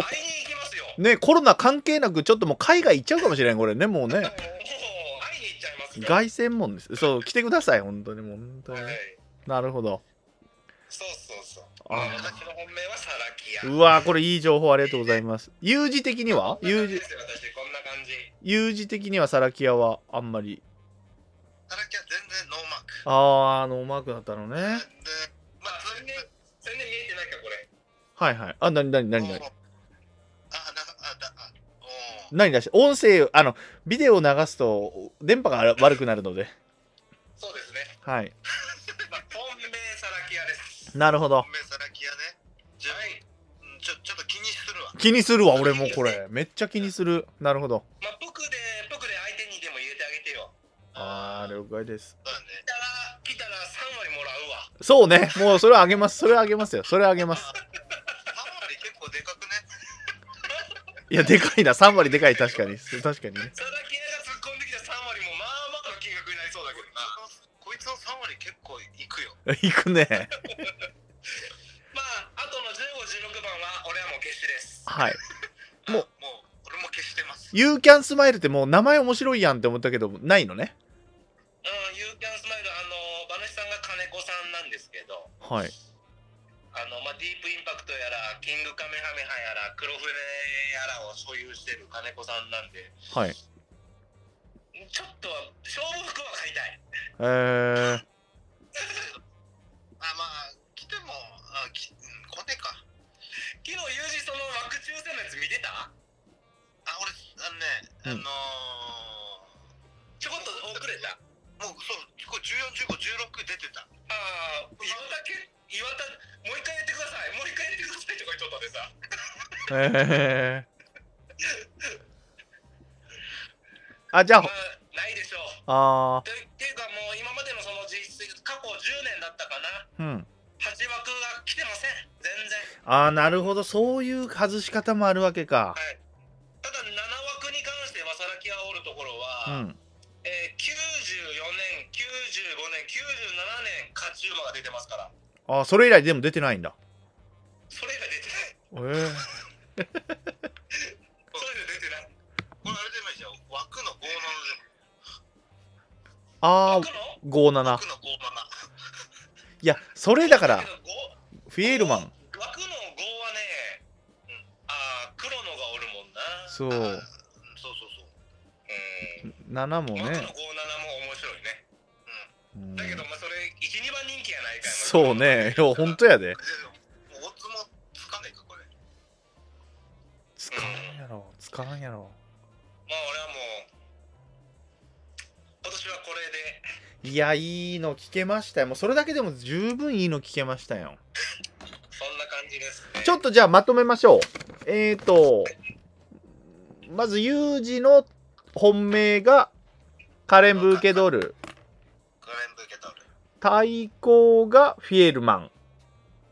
も
う、会いに行きますよ。
う、ね、コロナ関係なく、ちょっともう海外行っちゃうかもしれん、これね、もう
も
ね。
う、会いに行っちゃいますよ。
凱旋門です。そう、来てください、本当に、もう本当に
は
ね。
い。
なるほど。
そうそうそう。
あ
私の本命はサラキア。
うわーこれいい情報ありがとうございます。有事的には
こんな
有
感じ
事
ですよ、私、こんな感じ。
有事的にはサラキアはあんまり。
サラキは全然ノーマーク。
あー、あの、うまくなったのね。
で、
まあ、それで、それで見えてないか、これ。
はいはい。あ、なになになになに
おーあ、だ、あ、だ、あ、おー
何出して音声、あの、ビデオを流すと電波が悪くなるので。
そうですね。
はい。
まあ、本命サラキアです。
なるほど
本。命サラキアね。じゃあ、
はい。
うんちょ、ちょっと気にするわ。
気にするわ、俺もこれ。めっちゃ気にする。なるほど。
まあ、僕で、僕で相手にでも入れてあげてよ。
あー、了解です。
そうだね
来。たら、来たら3割もらうわ。
そうね。もうそれあげます。それあげますよ。それあげます。
ハマリ結構でかくね。
いや、でかいな。3割でかい。確かに。確かにね。
サラキアが突っ込んできた3割も、まあまあの金額になりそうだけどな。
こいつの3割結構いくよ。
いくね。
まあ、あとの15、16番は、俺はもう決死です。
はい。もう
あ、もう、俺も消してます。
You Can Smile ってもう名前面白いやんって思ったけど、ないのね。
うん、ユーキャンスマイル、あの、馬主さんが金子さんなんですけど、
はい。
あの、まあ、ディープインパクトやら、キングカメハメハやら、黒船やらを所有してる金子さんなんで、
はい。
ちょっと勝負服は買いたい。
えー、
あ、まあ、来ても、あ、き、うん、来ねえか。
昨日、ユージその枠抽選のやつ見てた
あ、俺、あのね、あ
うん
の
ちょこっと遅れた。
ー、もう、そう、これ14、15、16出てた。
ああ、岩田け、岩田、もう一回やってください、もう一回やってくださいとか言っとったでさ。
えー。あ、じゃ
まあ、ないでしょう。
あ、あ
といっていうか、もう今までのその実績、過去10年だったかな、
ー、うん。
8枠が来てません、全然。
あー、なるほど。そういう外し方もあるわけか。
はい、ただ7枠に関してはさらきがおるところ
う
は、
ん。
えー94年95年97年勝ち馬が出てますから
あー、それ以来でも出てないんだ。
それ以外出て
え
ない
ー、
これあれでもいい
それ以外出てない
じゃん。枠の57でも。
あ
枠
ー、
の
57
枠。の57。
いや、それだから
け、ど五
フィエールマン。
枠の5はね、うんああ黒野がおるもんな
そう。
うんそうそうそう。
うん
7も
枠
ね
の57。も面白いね
うん
だけどまあそれ12番人気やないかい
そうね。いや、ほんとやで。
でも、もう、オッズもつかねえか、これ。
つかんやろ。つかんやろ。
まあ俺はもう今年はこれで
いや、いいの聞けましたよ。もうそれだけでも十分いいの聞けましたよ。
そんな感じですね
ちょっとじゃあまとめましょう。えーと、まず、ユージの本命がカレン・ブーケドル。
クレンブーケタオル。
対抗がフィエルマ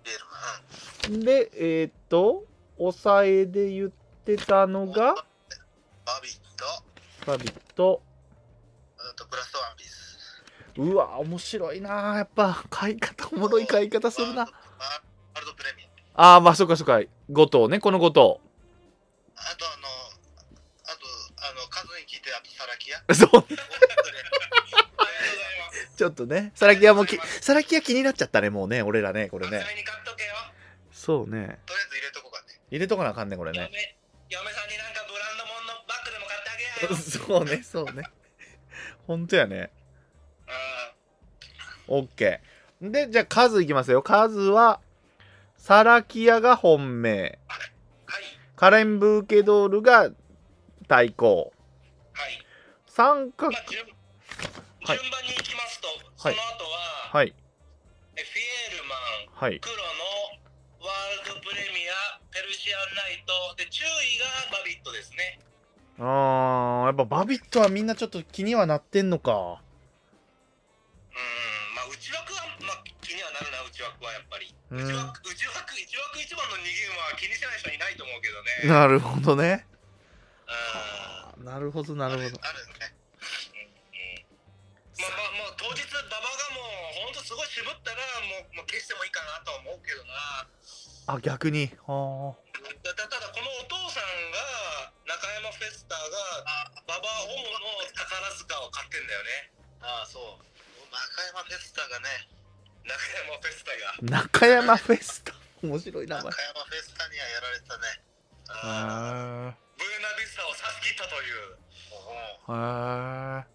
ビールマン。
ン。で、えーと、抑えで言ってたのが、
バビット。
バビット。
あと、ブラストワンピース。
うわ、面白いなやっぱ、買い方、おもろい買い方するな。
ワールドプレミアム。
あー、まあ、そっかそっか。5頭ね、この5頭。
あと、あの、あと、あの、数に聞いて、あと、サラキ ア。
そう
ありがとうございます
ちょっとね、サラキアもき、サラキア気になっちゃったね、もうね、俺らね、これね
絶。対に買っとけよ、
そうね。
とりあえず入れとこうかね。
入れとかなあかんね、これね。
嫁嫁さんになんかブランド物のバッグでも買ってあげ よう
そうね、そうね。ほんとやね。
あ
オッケー。で、じゃあ数いきますよ。数は、サラキアが本命。
ーはい
カレン・ブーケドールが対抗。
はい
三角
まあ、順
はい
順番に行きますと、
はい
その後は、
はい、
えフィエールマン
はい。
黒のワールドプレミアペルシアンナイトで注意がバビットですね
あー、やっぱバビットはみんなちょっと気にはなってんのか。
うーんまあ内枠は、まあ、気にはなるな内枠はやっぱり
う
内
ん。
枠内枠一枠一番の逃げ馬は気にしてない人いないと思うけどね
なるほどね。
うん
あーなるほど、なるほど。
あるね。
まあまあ、もう当日、馬場がもう、本当すごい渋ったら、もう、もう消してもいいかなとは思うけどな。
あ、逆に。あ
だだただ、このお父さんが、中山フェスターが、馬場ホモの宝塚を買ってんだよね。
ああ、そう。中山フェスタがね、
中山フェスタが。
ー中山フェスタ。面白い名
中
前
山フェスタにはやられたね。
へ
ブーナビスタを差し切ったという。
えへえ
まあ、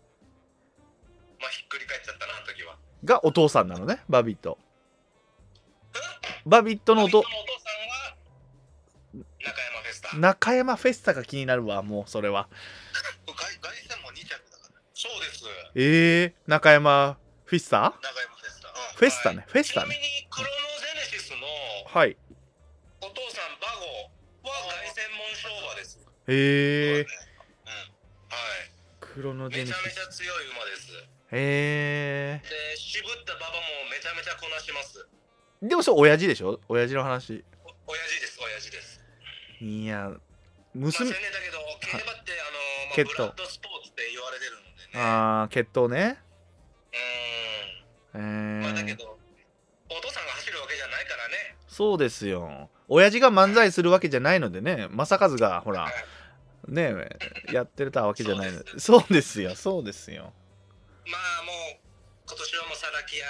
ひっくり返っちゃったな、あの時は。
がお父さんなのねバビットバビットのお
お父
と
さんは中山フェスタ。
中山フェスタが気になるわもうそれは
外外線も2着だから。そうです。中
えー、中山フィッサー
山フェスタ。
フェスタねフェス
ち
タ
なみ
ね
にクロノジェネシスの
はい
お父さんバゴは凱旋門昭和です。
へえ
はい。
クロノジェ
め
ネ
ち
シ
ゃめち
ス
ゃ強い馬です。
へ
で、渋った馬場もめちゃめちゃこなします。
えでもそれ親父でしょ親父の話
お親父です、親父です。
いや
まあ、
娘
先年だけど、競馬って、あの、まあ、
血
ブ
統
ラッドスポーツって言われてるのでね。
ああ決闘ねえ
うーん。まあ、だけ
ー、
ど、お父さんが走るわけじゃないからね。
そうですよ親父が漫才するわけじゃないのでね正和がほらねえやってたわけじゃないのでそうですよそうですよ
まあ、もう、今年はもうサラキアが、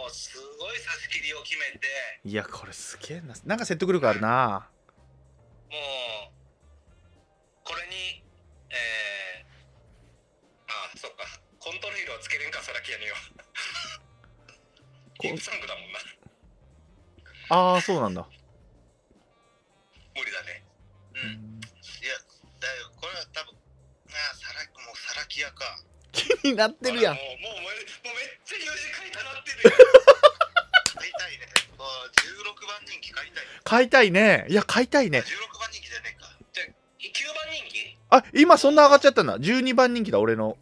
もう、すごい差し切りを決めて、
いやこれすげえななんか説得力あるな
もう、これに、えー、あ、そっか。コントロールをつけれんか、サラキアには。
こ
ヒップソングだもんな。
ああそうなんだ
無理だね。うん。
いやだよこれは多分ああサラもうサラキヤか
気になってるやん
もう、もう、もうもうめっちゃ U 字書いたなってるよ。
買いたいねもう16番人気買いたい
買いたいねいや買いたいね
16番人気じゃねえか
9番人気
あ今そんな上がっちゃったんだ12番人気だ俺の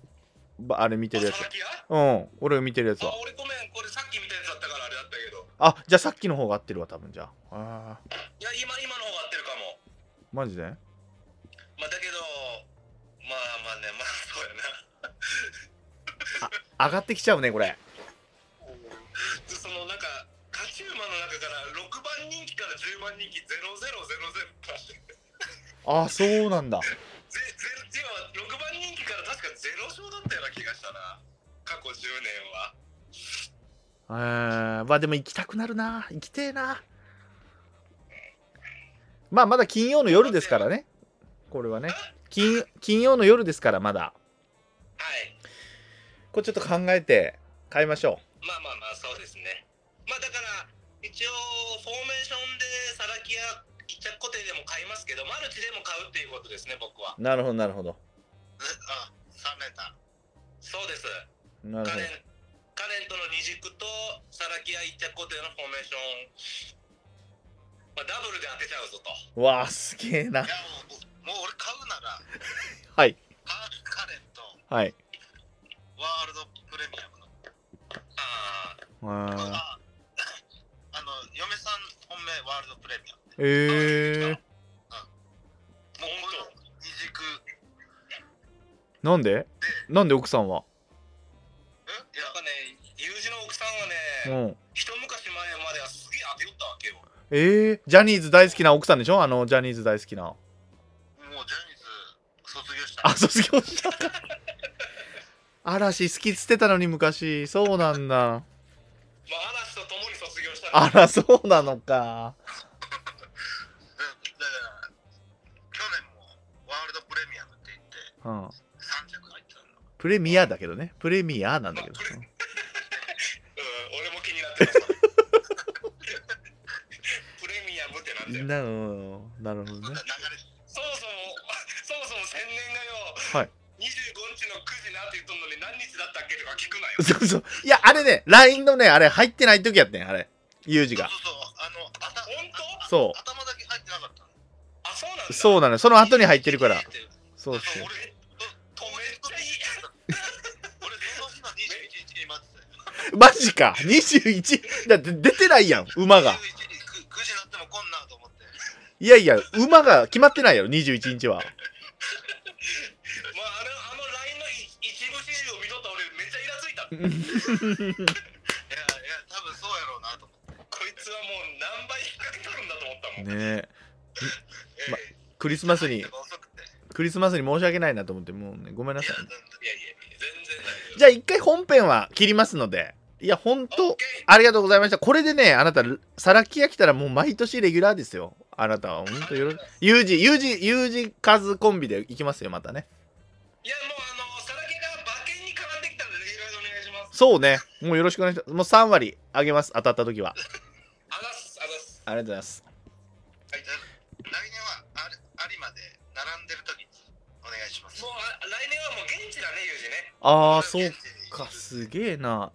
ばあれ見てるやつ
あ、さばきや
うん俺見てるやつ
あ
は、
俺ごめん、これさっき見たやつだったからあれだったけど。
あじゃあさっきの方が合ってるわ多分じゃああー
いや、今、今の方が合ってるかも。
マジで
まあ、だけど、まあまあね、まあ そうやな。
上がってきちゃうねこれ
でそのなんか、勝ち馬の中から6番人気から10番人気0000か。ぜ
ああそうなんだ
ぜは6番人気から確か0勝だったような気がしたな。過去10年は。
えー、まあでも行きたくなるな行きてえなまあまだ金曜の夜ですからねこれはね金金曜の夜ですからまだ
はい。
これちょっと考えて買いましょ
まあまあまあそうですね。まあだから一応フォーメーションでサラキア一着固定でも買いますけどマルチでも買うっていうことですね僕は。
うなるほどなるほど
えあ3連単
そうです。
な
カレンカレントの二軸とサラキア一着固定のフォーメーション、まあ、ダブルで当てちゃうぞと。
どわあすげえない
やもうもう俺買うなら
はい
カカレンと
はい
ワールドプレミアムの
ああ
あ
あ あの嫁さん本命ワールドプレミアム
ーえー、
もうこの二軸
なんでなんで奥さんは
えい
な
や
んかね友人の奥さ
うん
はね、
ん
一昔前まではすげえ当てよったわけよ。
えー、ジャニーズ大好きな奥さんでしょあのジャニーズ大好きな
もうジャニーズ卒業した
あ卒業したか嵐好きっつってたのに昔そうなんだ
まあ嵐と共に卒業した
あ
から。
らそうなのか
だだから去年もワールドプレミアムって言って
うん
3着入ってたの
プレミアだけどねプレミアなんだけど
うん、俺も気になってます。 プレミアムってなんだ
な
よ。
うんなるほどね
流れ
そもそも、そもそも千年
は
がよ、
い
25日の9時なんて言っとんのに何日だったっけとか聞くなよ。
そうそういやあれね LINE のねあれ入ってない時やってんあれユージが
そうそうそうあのあた
本当
そ
頭だけ入ってなかったの
あ、そうなん
う
だ。
そうなのよその後に入ってるから
そ
そ
う
う
そ
そうう
俺
そうめっちゃいい。
俺その日の21日に待ってたよ
マジか21だって出てないやん馬が
21時く9時になっても来んなと思って
いやいや馬が決まってないやろ21日は
まあ、あの、あの LINE の一一部始終を見とった俺めっちゃイラついた。
いやいや多分そうやろうなと思って
こいつはもう何倍引っ掛けとるんだと思ったもん。
ねえ
えー
まクリスマスに
入ったのが遅くてい
クリスマスに申し訳ないなと思ってもうねごめんなさい
やなんで
いやいや、全然大丈夫。
じゃあ一回本編は切りますのでいや本
オッ
当
ケー
ありがとうございました。これでね、あなた、サラキが来たらもう毎年レギュラーですよ。あなたは、本当よろし、U 字、U 字、U 字数コンビで行きますよ、またね。
いやもうあのさらけが馬券に絡んできたんでいろいろお願いします
そうね、もうよろしくお願いします。もう3割上げます、当たった時は。
あざっすあざっす
ありがとうございます。
はい、じゃあ来年はある有馬で並んでる時にお願いします。
もうあ来年はもう現地だねユージね
あー、そうか、すげえな。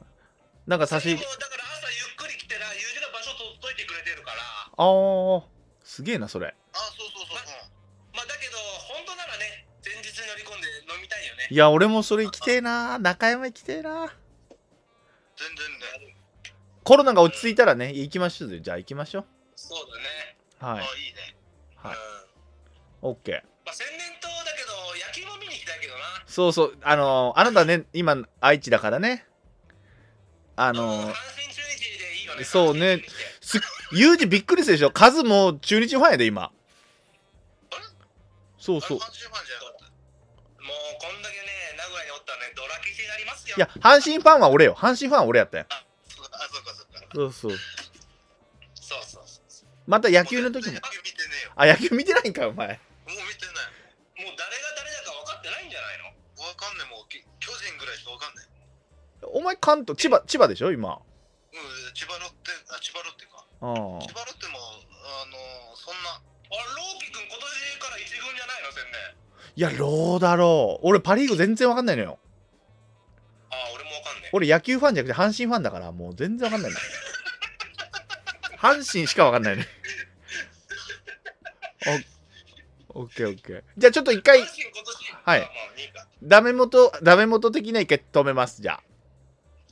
なんか差し、
もうだから朝ゆっくり来てなユージが場所届いてくれてるから
あー、すげえな、それ。
あ、そうそうそうそう。
まあだけど本当ならね前日に乗り込んで飲みたいよね
いや、俺もそれ行きてえな。中山行きてえな。
全然ね。
コロナが落ち着いたらね、行きましょうぜ。じゃあ行きましょ
そうだね
う。は
あ、。い
い
いね。
はい
うん
オッケー。
まあ千年島だけど夜景も見に行きたいけどな
そうそう、あのーあなたね、今、愛知だからね。あ
あ
のー
阪神中日でいいよね
そうね
阪神中日って
す、ユージびっくりするでしょ。カズも中日ファンやで、今。そう
あ
そう。
阪神ファンじゃなかった。
もうこんだけね名古屋におったらねドラキシになりますよ
いや、阪神ファンは俺よ。阪神ファンは俺やったよ。
そうあ、そうかそうか。
そうそう。
そうそうそう
また野球の時
も
も
う。全然野球見てねえよ。
あ、野球見てないんか、お前。
もう見てない。
もう誰が誰だか分かってないんじゃないの
わかんねえもうき巨人ぐらいしかわかんね
お前、関東、千葉、千葉でしょ、今。
え。うん、千葉ロッテあ千葉ロッテか。
うん。
千葉ロッテもあのーそんな
あローキ君今年から一軍じゃないの千年
いや、ローだろう。俺、パ・リーグ全然わかんないのよ。
ああ俺も分かんねえ
俺、野球ファンじゃなくて、阪神ファンだから、もう全然わかん ないのよ。阪神しかわかん ないのよ。おオッケーオッケー。じゃあ、ちょっと一回
阪、神今年
はい
まあまあいいか
ダメ元、ダメ元的な一回止めます、じゃあ。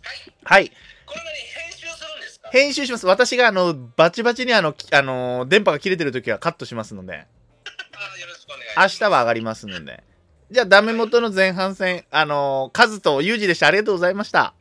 はい
はい。
これ何編集するんですか
編集します。私が、あの、バチバチに、あの、きあのー電波が切れてる時はカットしますので。
あよろしくお願いし
明
ます
日は上がりますので。じゃあ、ダメ元の前半戦、あのーカズとユージでした。ありがとうございました。